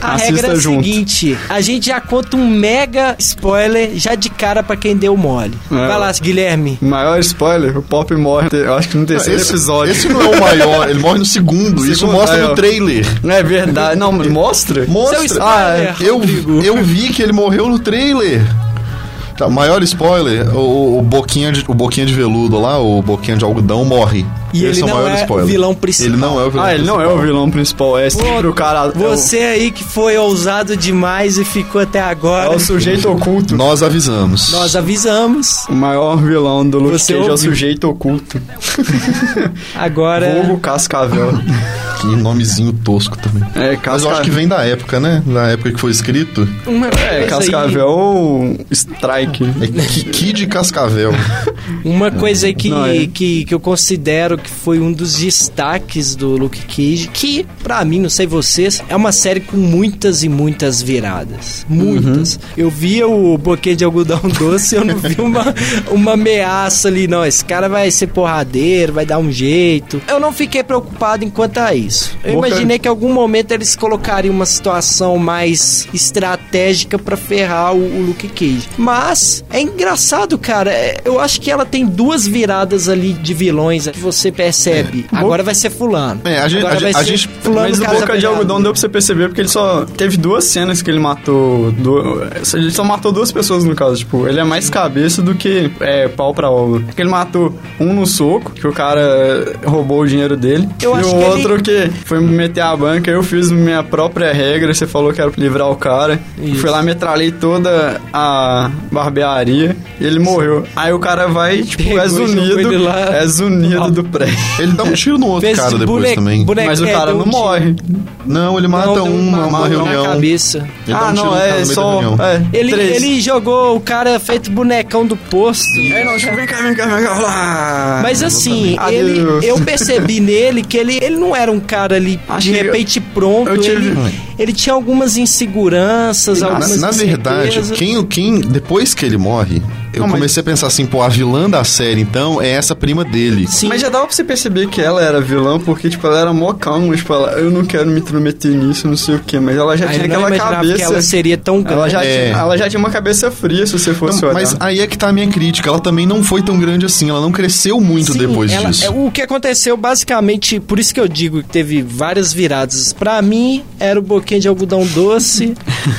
Speaker 1: A
Speaker 2: Assista
Speaker 1: regra é a
Speaker 2: junto.
Speaker 1: seguinte: a gente já conta um mega spoiler já de cara pra quem deu mole.
Speaker 2: É.
Speaker 1: Vai lá, Guilherme.
Speaker 2: Maior spoiler, o Pop morre, te- eu acho que no terceiro
Speaker 3: Esse,
Speaker 2: episódio.
Speaker 3: esse não é o maior, ele morre no segundo. isso
Speaker 2: Segundo,
Speaker 3: mostra
Speaker 2: aí, ó.
Speaker 3: no trailer.
Speaker 2: Não é verdade, não, mostra?
Speaker 3: Mostra.
Speaker 1: Seu
Speaker 2: Ah,
Speaker 1: spoiler.
Speaker 2: é.
Speaker 3: Eu, eu vi que ele morreu no trailer. Tá, maior spoiler, o, o boquinha de, o boquinha de veludo lá, o boquinha de algodão morre.
Speaker 1: E ele não é o vilão principal.
Speaker 3: Ele não é o vilão
Speaker 2: Ah, ele não é o vilão principal, é sempre
Speaker 1: Pô,
Speaker 2: o cara... é o-
Speaker 1: Você aí que foi ousado demais e ficou até
Speaker 2: É
Speaker 1: agora.
Speaker 2: o sujeito oculto.
Speaker 3: Nós avisamos.
Speaker 1: Nós avisamos.
Speaker 2: O maior vilão do Luke
Speaker 1: Você
Speaker 2: Cage é
Speaker 1: ouviu.
Speaker 2: o sujeito oculto.
Speaker 1: Agora.
Speaker 3: É.
Speaker 2: Fogo Cascavel.
Speaker 3: Que nomezinho tosco também.
Speaker 2: É,
Speaker 3: Mas eu acho que
Speaker 2: Cascavel.
Speaker 3: vem da época, né? Na época que foi escrito.
Speaker 1: Uma
Speaker 2: É,
Speaker 1: coisa aí-
Speaker 2: Cascavel ou Strike.
Speaker 3: É Kiki de Cascavel.
Speaker 1: Uma coisa aí que,
Speaker 2: Não, é.
Speaker 1: que, que eu considero que foi um dos destaques do Luke Cage, que, pra mim, não sei vocês, é uma série com muitas e muitas viradas.
Speaker 2: Uhum.
Speaker 1: Muitas. Eu via o Boquete de Algodão Doce, eu não vi uma, uma ameaça ali, não. Esse cara vai ser porradeiro, vai dar um jeito. Eu não fiquei preocupado enquanto a isso. Eu
Speaker 2: Boca-
Speaker 1: imaginei que em algum momento eles colocariam uma situação mais estratégica pra ferrar o, o Luke Cage. Mas é engraçado, cara. É, Eu acho que ela tem duas viradas ali de vilões que você percebe. Agora vai ser fulano.
Speaker 3: É, a gente-
Speaker 1: Agora
Speaker 3: a
Speaker 1: vai
Speaker 3: gente- a
Speaker 1: ser
Speaker 3: gente-
Speaker 1: fulano
Speaker 2: Mas o
Speaker 1: casa
Speaker 2: Boca de
Speaker 1: Pelada.
Speaker 2: Algodão deu pra você perceber porque ele só teve duas cenas que ele matou. du- Ele só matou duas pessoas no caso. Tipo, ele é mais cabeça do que é, pau pra obra. Porque ele matou um no soco, que o cara roubou o dinheiro dele.
Speaker 1: Eu
Speaker 2: e
Speaker 1: acho
Speaker 2: o
Speaker 1: que ele-
Speaker 2: outro que você foi me meter a banca, eu fiz minha própria regra, você falou que era pra livrar o cara.
Speaker 1: Isso.
Speaker 2: Fui lá, metralhei toda a barbearia e ele morreu. Aí o cara vai, tipo,
Speaker 1: Pegou
Speaker 2: é
Speaker 1: e jogou
Speaker 2: zunido,
Speaker 1: ele lá.
Speaker 2: é zunido do prédio.
Speaker 3: Ele dá um tiro no outro
Speaker 1: Fez
Speaker 3: cara depois
Speaker 1: boneco-
Speaker 3: também.
Speaker 1: boneco-
Speaker 2: Mas o
Speaker 1: é,
Speaker 2: cara
Speaker 1: deu um
Speaker 2: não
Speaker 1: tiro.
Speaker 2: morre.
Speaker 3: Não, ele mata
Speaker 1: deu
Speaker 3: um, uma, uma
Speaker 1: mão na
Speaker 3: reunião. Ele
Speaker 1: cabeça.
Speaker 3: dá
Speaker 2: ah,
Speaker 3: um tiro
Speaker 2: não,
Speaker 3: no cara
Speaker 2: é
Speaker 3: no meio da
Speaker 2: só.
Speaker 3: reunião.
Speaker 2: É,
Speaker 1: Ele,
Speaker 2: três.
Speaker 1: ele jogou o cara feito bonecão do posto.
Speaker 2: É, não, tipo, vem cá, vem cá, vem cá. lá.
Speaker 1: Mas assim,
Speaker 2: também.
Speaker 1: ele,
Speaker 2: Adeus.
Speaker 1: eu percebi nele que ele, ele não era um cara ali
Speaker 2: Acho
Speaker 1: de
Speaker 2: que eu-
Speaker 1: repente pronto.
Speaker 2: eu tive-
Speaker 1: ele, ele tinha algumas inseguranças,
Speaker 3: Na,
Speaker 1: algumas
Speaker 3: na verdade,
Speaker 1: incertezas.
Speaker 3: quem, quem, depois que ele morre, eu
Speaker 2: Não, mas-
Speaker 3: comecei a pensar assim, pô, a vilã da série, então, é essa prima dele.
Speaker 1: Sim.
Speaker 2: Mas é já dava pra você perceber que ela era vilã, porque, tipo, ela era mó calma, tipo, ela, eu não quero me intrometer nisso, não sei o quê, mas ela já
Speaker 1: Aí
Speaker 2: tinha
Speaker 1: eu não
Speaker 2: aquela
Speaker 1: imaginava
Speaker 2: cabeça.
Speaker 1: que ela seria um tão grande.
Speaker 2: ela já,
Speaker 3: É.
Speaker 2: tinha, ela já tinha uma cabeça fria, se você fosse
Speaker 3: Então,
Speaker 2: olhar.
Speaker 3: mas aí é que tá a minha crítica. Ela também não foi tão grande assim. Ela não cresceu muito
Speaker 1: Sim,
Speaker 3: depois
Speaker 1: ela-
Speaker 3: disso.
Speaker 1: é, O que aconteceu basicamente, por isso que eu digo que teve várias viradas. Pra mim, era o boquinho de algodão doce.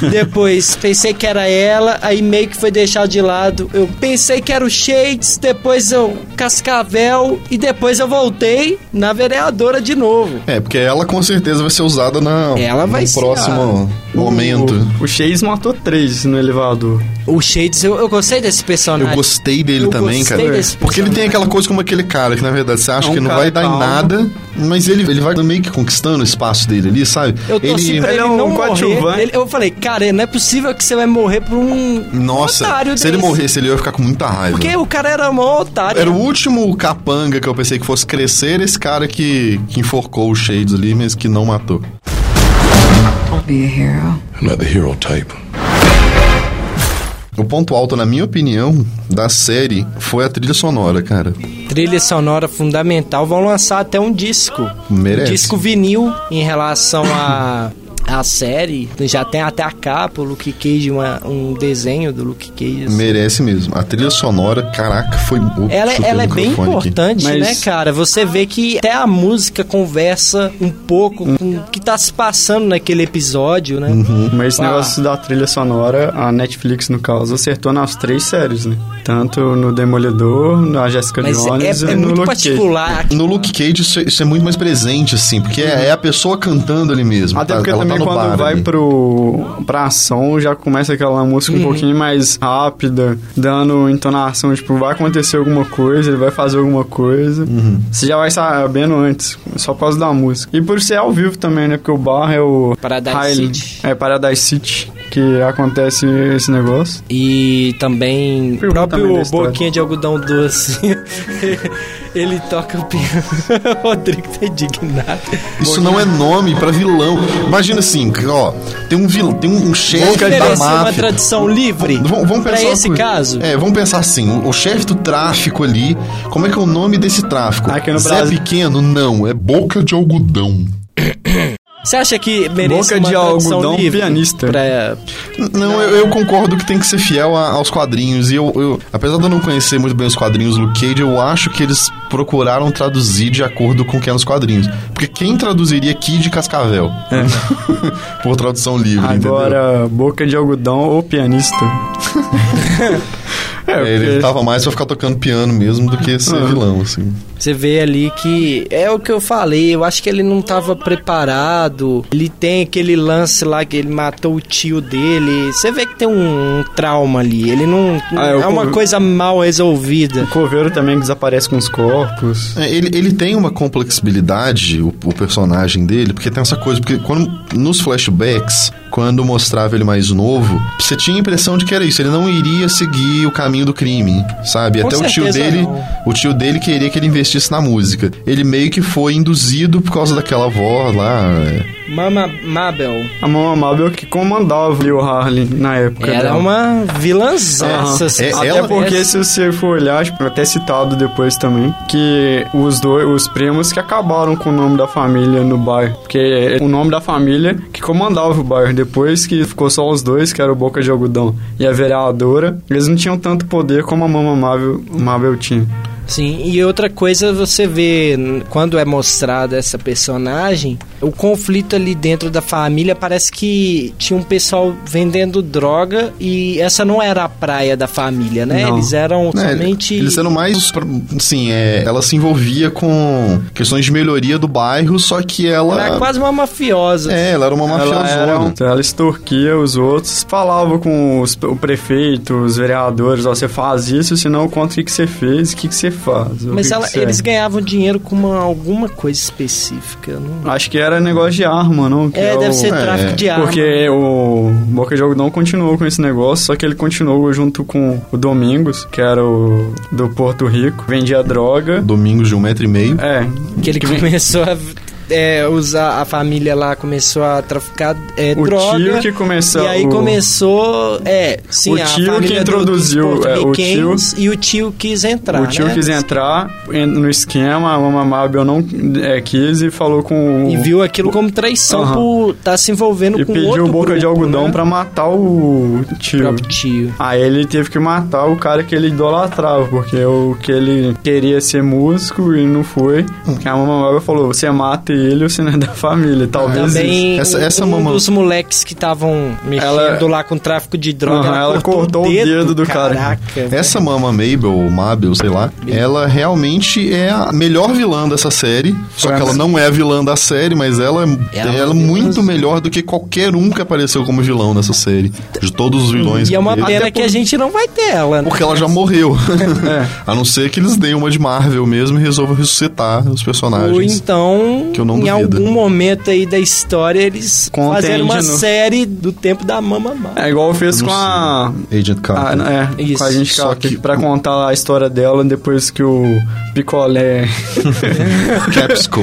Speaker 1: depois pensei que era ela, aí meio que foi deixado de lado. Eu pensei que era o Shades, depois eu Cascavel e depois eu voltei na vereadora de novo.
Speaker 3: É, porque ela com certeza vai ser usada na,
Speaker 1: Ela vai
Speaker 3: no
Speaker 1: ser
Speaker 3: próximo momento.
Speaker 2: O, o Chase matou três no elevador.
Speaker 1: O Shades, eu, eu gostei desse
Speaker 3: Eu
Speaker 1: personagem.
Speaker 3: gostei dele
Speaker 1: Eu
Speaker 3: também,
Speaker 1: gostei
Speaker 3: cara.
Speaker 1: desse
Speaker 3: Porque ele tem
Speaker 1: personagem.
Speaker 3: aquela coisa como aquele cara que, na verdade, você acha
Speaker 2: É um
Speaker 3: que não
Speaker 2: cara
Speaker 3: vai dar em
Speaker 2: calmo.
Speaker 3: nada, mas ele, ele vai meio que conquistando o espaço dele ali, sabe?
Speaker 1: Eu torci
Speaker 3: ele.
Speaker 1: pra ele,
Speaker 2: Ele é um
Speaker 1: não morrer.
Speaker 2: coadjuvante.
Speaker 1: Ele- eu falei, cara, não é possível que você vai morrer por um
Speaker 3: Nossa,
Speaker 1: otário
Speaker 3: se ele
Speaker 1: desse.
Speaker 3: morresse, ele ia ficar com muita raiva.
Speaker 1: Porque o cara era mó otário.
Speaker 3: Era um o último capanga que eu pensei que fosse crescer, esse cara que, que enforcou o Shades ali, mas que não matou.
Speaker 9: I'm not the hero type.
Speaker 3: O ponto alto, na minha opinião, da série foi a trilha sonora, cara.
Speaker 1: Trilha sonora fundamental. Vão lançar até um disco.
Speaker 3: Merece.
Speaker 1: Um disco vinil em relação a. A série já tem até a capa, o Luke Cage, uma- um desenho do Luke Cage. assim.
Speaker 3: Merece mesmo. A trilha sonora, caraca, foi. Opa,
Speaker 1: Ela,
Speaker 3: chutei
Speaker 1: ela
Speaker 3: o
Speaker 1: é bem
Speaker 3: microfone aqui.
Speaker 1: importante,
Speaker 2: Mas-
Speaker 1: né, cara? Você vê que até a música conversa um pouco com o que tá se passando naquele episódio, né?
Speaker 3: Uhum.
Speaker 2: Mas esse
Speaker 1: Ah.
Speaker 2: negócio da trilha sonora, a Netflix, no caso, acertou nas três séries, né? Tanto no Demolidor, na Jessica
Speaker 1: Mas
Speaker 2: Jones
Speaker 1: é, é
Speaker 2: e no
Speaker 1: muito
Speaker 2: Luke Cage.
Speaker 1: particular.
Speaker 3: No Luke Cage, isso, isso é muito mais presente, assim, porque é, é a pessoa cantando ali mesmo.
Speaker 2: Até
Speaker 3: Tá-
Speaker 2: porque
Speaker 3: ela tá
Speaker 2: também
Speaker 3: no
Speaker 2: quando
Speaker 3: bar
Speaker 2: vai
Speaker 3: ali.
Speaker 2: pro, pra ação já começa aquela
Speaker 1: Uhum.
Speaker 2: música um pouquinho mais rápida, dando entonação, tipo, vai acontecer alguma coisa, ele vai fazer alguma coisa.
Speaker 3: Uhum.
Speaker 2: Você já vai sabendo antes, só por causa da música. E por ser ao vivo também, né? Porque o bar é o.
Speaker 1: Paradise
Speaker 2: Highland-
Speaker 1: City.
Speaker 2: É Paradise City que acontece esse negócio.
Speaker 1: E também o
Speaker 2: Pergunta também da
Speaker 1: próprio
Speaker 2: história.
Speaker 1: Boquinha de Algodão Doce. ele toca o piano. O Rodrigo tá indignado.
Speaker 3: Isso não é nome pra vilão. Imagina assim, que, ó, tem um vilão, tem um chefe
Speaker 1: Oferecer
Speaker 3: da
Speaker 1: uma
Speaker 3: máfia.
Speaker 1: tradução livre
Speaker 3: Vamos, vamos
Speaker 1: pra
Speaker 3: pensar uma
Speaker 1: esse
Speaker 3: coisa.
Speaker 1: caso.
Speaker 3: É, vamos pensar assim, o, o chefe do tráfico ali, como é que é o nome desse tráfico?
Speaker 2: Aqui no
Speaker 3: Zé
Speaker 2: Brasil.
Speaker 3: Pequeno? Não, é Boca de Algodão.
Speaker 1: Você acha que merece
Speaker 2: Boca
Speaker 1: uma
Speaker 2: de
Speaker 1: tradução
Speaker 2: algodão
Speaker 1: livre
Speaker 2: pianista.
Speaker 1: pra-
Speaker 3: Não, eu, eu concordo que tem que ser fiel a- aos quadrinhos. E eu, eu- apesar de eu não conhecer muito bem os quadrinhos do Cage, eu acho que eles procuraram traduzir de acordo com o que é nos quadrinhos. Porque quem traduziria Kid Cascavel?
Speaker 1: É.
Speaker 3: Por tradução livre, entendeu?
Speaker 2: Agora, boca de algodão ou pianista. é,
Speaker 3: É, ele
Speaker 2: porque-
Speaker 3: tava mais pra ficar tocando piano mesmo do
Speaker 1: É.
Speaker 3: que ser vilão, assim.
Speaker 1: Você vê ali que é o que eu falei, eu acho que ele não tava preparado. Ele tem aquele lance lá que ele matou o tio dele. Você vê que tem um, um trauma ali. Ele não
Speaker 2: Ah, eu
Speaker 1: é uma
Speaker 2: con-
Speaker 1: coisa mal resolvida.
Speaker 2: O coveiro também desaparece com os corpos.
Speaker 3: É, ele, ele tem uma complexibilidade, o, o personagem dele, porque tem essa coisa, porque quando, nos flashbacks, quando mostrava ele mais novo, você tinha a impressão de que era isso, ele não iria seguir o caminho do crime, sabe?
Speaker 1: Com
Speaker 3: Até o tio
Speaker 1: certeza
Speaker 3: dele,
Speaker 1: não.
Speaker 3: o tio dele queria que ele investisse na música. Ele meio que foi induzido por causa daquela avó lá. é.
Speaker 1: Mama Mabel
Speaker 2: A mão amável que comandava o Harley na época.
Speaker 1: era
Speaker 2: dela.
Speaker 1: é uma vilãzaça.
Speaker 2: Aham.
Speaker 1: assim.
Speaker 3: É,
Speaker 2: Até
Speaker 3: ela-
Speaker 2: porque se você for olhar, tipo, até citado depois também, que os dois, os primos que acabaram com o nome da família no bairro. Porque é o nome da família que comandava o bairro. Depois que ficou só os dois, que era o Boca de Algodão e a vereadora, eles não tinham tanto poder como a Mama Marvel, Marvel tinha.
Speaker 1: Sim, e outra coisa você vê n- quando é mostrada essa personagem, O conflito ali dentro da família parece que tinha um pessoal vendendo droga e essa não era a praia da família, né?
Speaker 2: Não.
Speaker 1: Eles eram
Speaker 3: Né,
Speaker 1: somente.
Speaker 3: Eles eram mais. pra- Assim, é, ela se envolvia com questões de melhoria do bairro, só que ela.
Speaker 1: Era quase uma mafiosa.
Speaker 3: É, ela era uma
Speaker 2: Ela, era um-
Speaker 3: mafiosona.
Speaker 2: ela extorquia os outros, falava com os- o prefeito, os vereadores, ó, você faz isso, senão conta o que, que você fez, o que, que você faz. o
Speaker 1: Mas
Speaker 2: que
Speaker 1: ela-
Speaker 2: que você
Speaker 1: eles
Speaker 2: é.
Speaker 1: ganhavam dinheiro com uma- alguma coisa específica. eu Não...
Speaker 2: Acho que era negócio de arma, não? Que
Speaker 1: É,
Speaker 2: o-
Speaker 1: deve ser
Speaker 3: é,
Speaker 1: tráfico de arma.
Speaker 2: Porque o Boca de Jogo não continuou com esse negócio, só que ele continuou junto com o Domingos, que era o do Porto Rico, vendia droga.
Speaker 3: Domingos de um metro e meio.
Speaker 2: É,
Speaker 1: Que ele começou a é, usar. A família lá começou a traficar é,
Speaker 2: o
Speaker 1: droga.
Speaker 2: tio que começou.
Speaker 1: E aí
Speaker 2: o-
Speaker 1: começou, é, sim,
Speaker 2: O
Speaker 1: a
Speaker 2: tio que
Speaker 1: família do-
Speaker 2: introduziu,
Speaker 1: dos
Speaker 2: é, o
Speaker 1: porto-riquenhos, e o tio quis entrar,
Speaker 2: o tio
Speaker 1: né?
Speaker 2: quis entrar en- no esquema, a Mamabel não é, quis e falou com o.
Speaker 1: E viu aquilo como traição
Speaker 2: Aham.
Speaker 1: por estar se envolvendo
Speaker 2: e
Speaker 1: com
Speaker 2: pediu
Speaker 1: outro
Speaker 2: boca de
Speaker 1: grupo,
Speaker 2: algodão
Speaker 1: né?
Speaker 2: pra matar o
Speaker 1: O
Speaker 2: tio.
Speaker 1: próprio tio.
Speaker 2: Aí ele teve que matar o cara que ele idolatrava, porque o que ele queria ser músico e não foi. Porque a mamãe falou: você mata ele ou você não é da família. Talvez. isso.
Speaker 1: Também
Speaker 3: Essa-
Speaker 1: um-
Speaker 3: essa
Speaker 1: um
Speaker 3: mamã-
Speaker 1: dos moleques que estavam mexendo
Speaker 2: Ela-
Speaker 1: lá com tráfico de droga,
Speaker 2: Aham, ela cortou o dedo do cara. É
Speaker 1: Caraca.
Speaker 3: Essa mama Mabel, ou Mabel, sei lá, ela realmente é a melhor vilã dessa série. Só que ela não é a vilã da série, mas ela, é-
Speaker 1: Ela é
Speaker 3: ela,
Speaker 1: uma
Speaker 3: é
Speaker 1: vilã.
Speaker 3: muito melhor do que qualquer um que apareceu como vilão nessa série. De todos os vilões.
Speaker 1: E é uma
Speaker 3: que
Speaker 1: pena
Speaker 3: teve.
Speaker 1: que a gente não vai ter ela, né?
Speaker 3: Porque ela já morreu.
Speaker 2: É.
Speaker 3: a não ser que eles deem uma de Marvel mesmo e resolvam ressuscitar os
Speaker 1: Ou
Speaker 3: personagens.
Speaker 1: então,
Speaker 3: Que eu não
Speaker 1: em
Speaker 3: duvido.
Speaker 1: algum momento aí da história, eles
Speaker 2: Contem
Speaker 1: fazerem uma
Speaker 2: de novo.
Speaker 1: série do tempo da Mama Mabel.
Speaker 2: É igual fez
Speaker 3: Não
Speaker 2: com a.
Speaker 3: sei. Agent
Speaker 2: a-
Speaker 3: Carter.
Speaker 2: é,
Speaker 1: Isso,
Speaker 2: com a gente
Speaker 3: só
Speaker 2: que...
Speaker 3: que-
Speaker 2: pra contar a história dela depois que o Picolé,
Speaker 3: Capsco.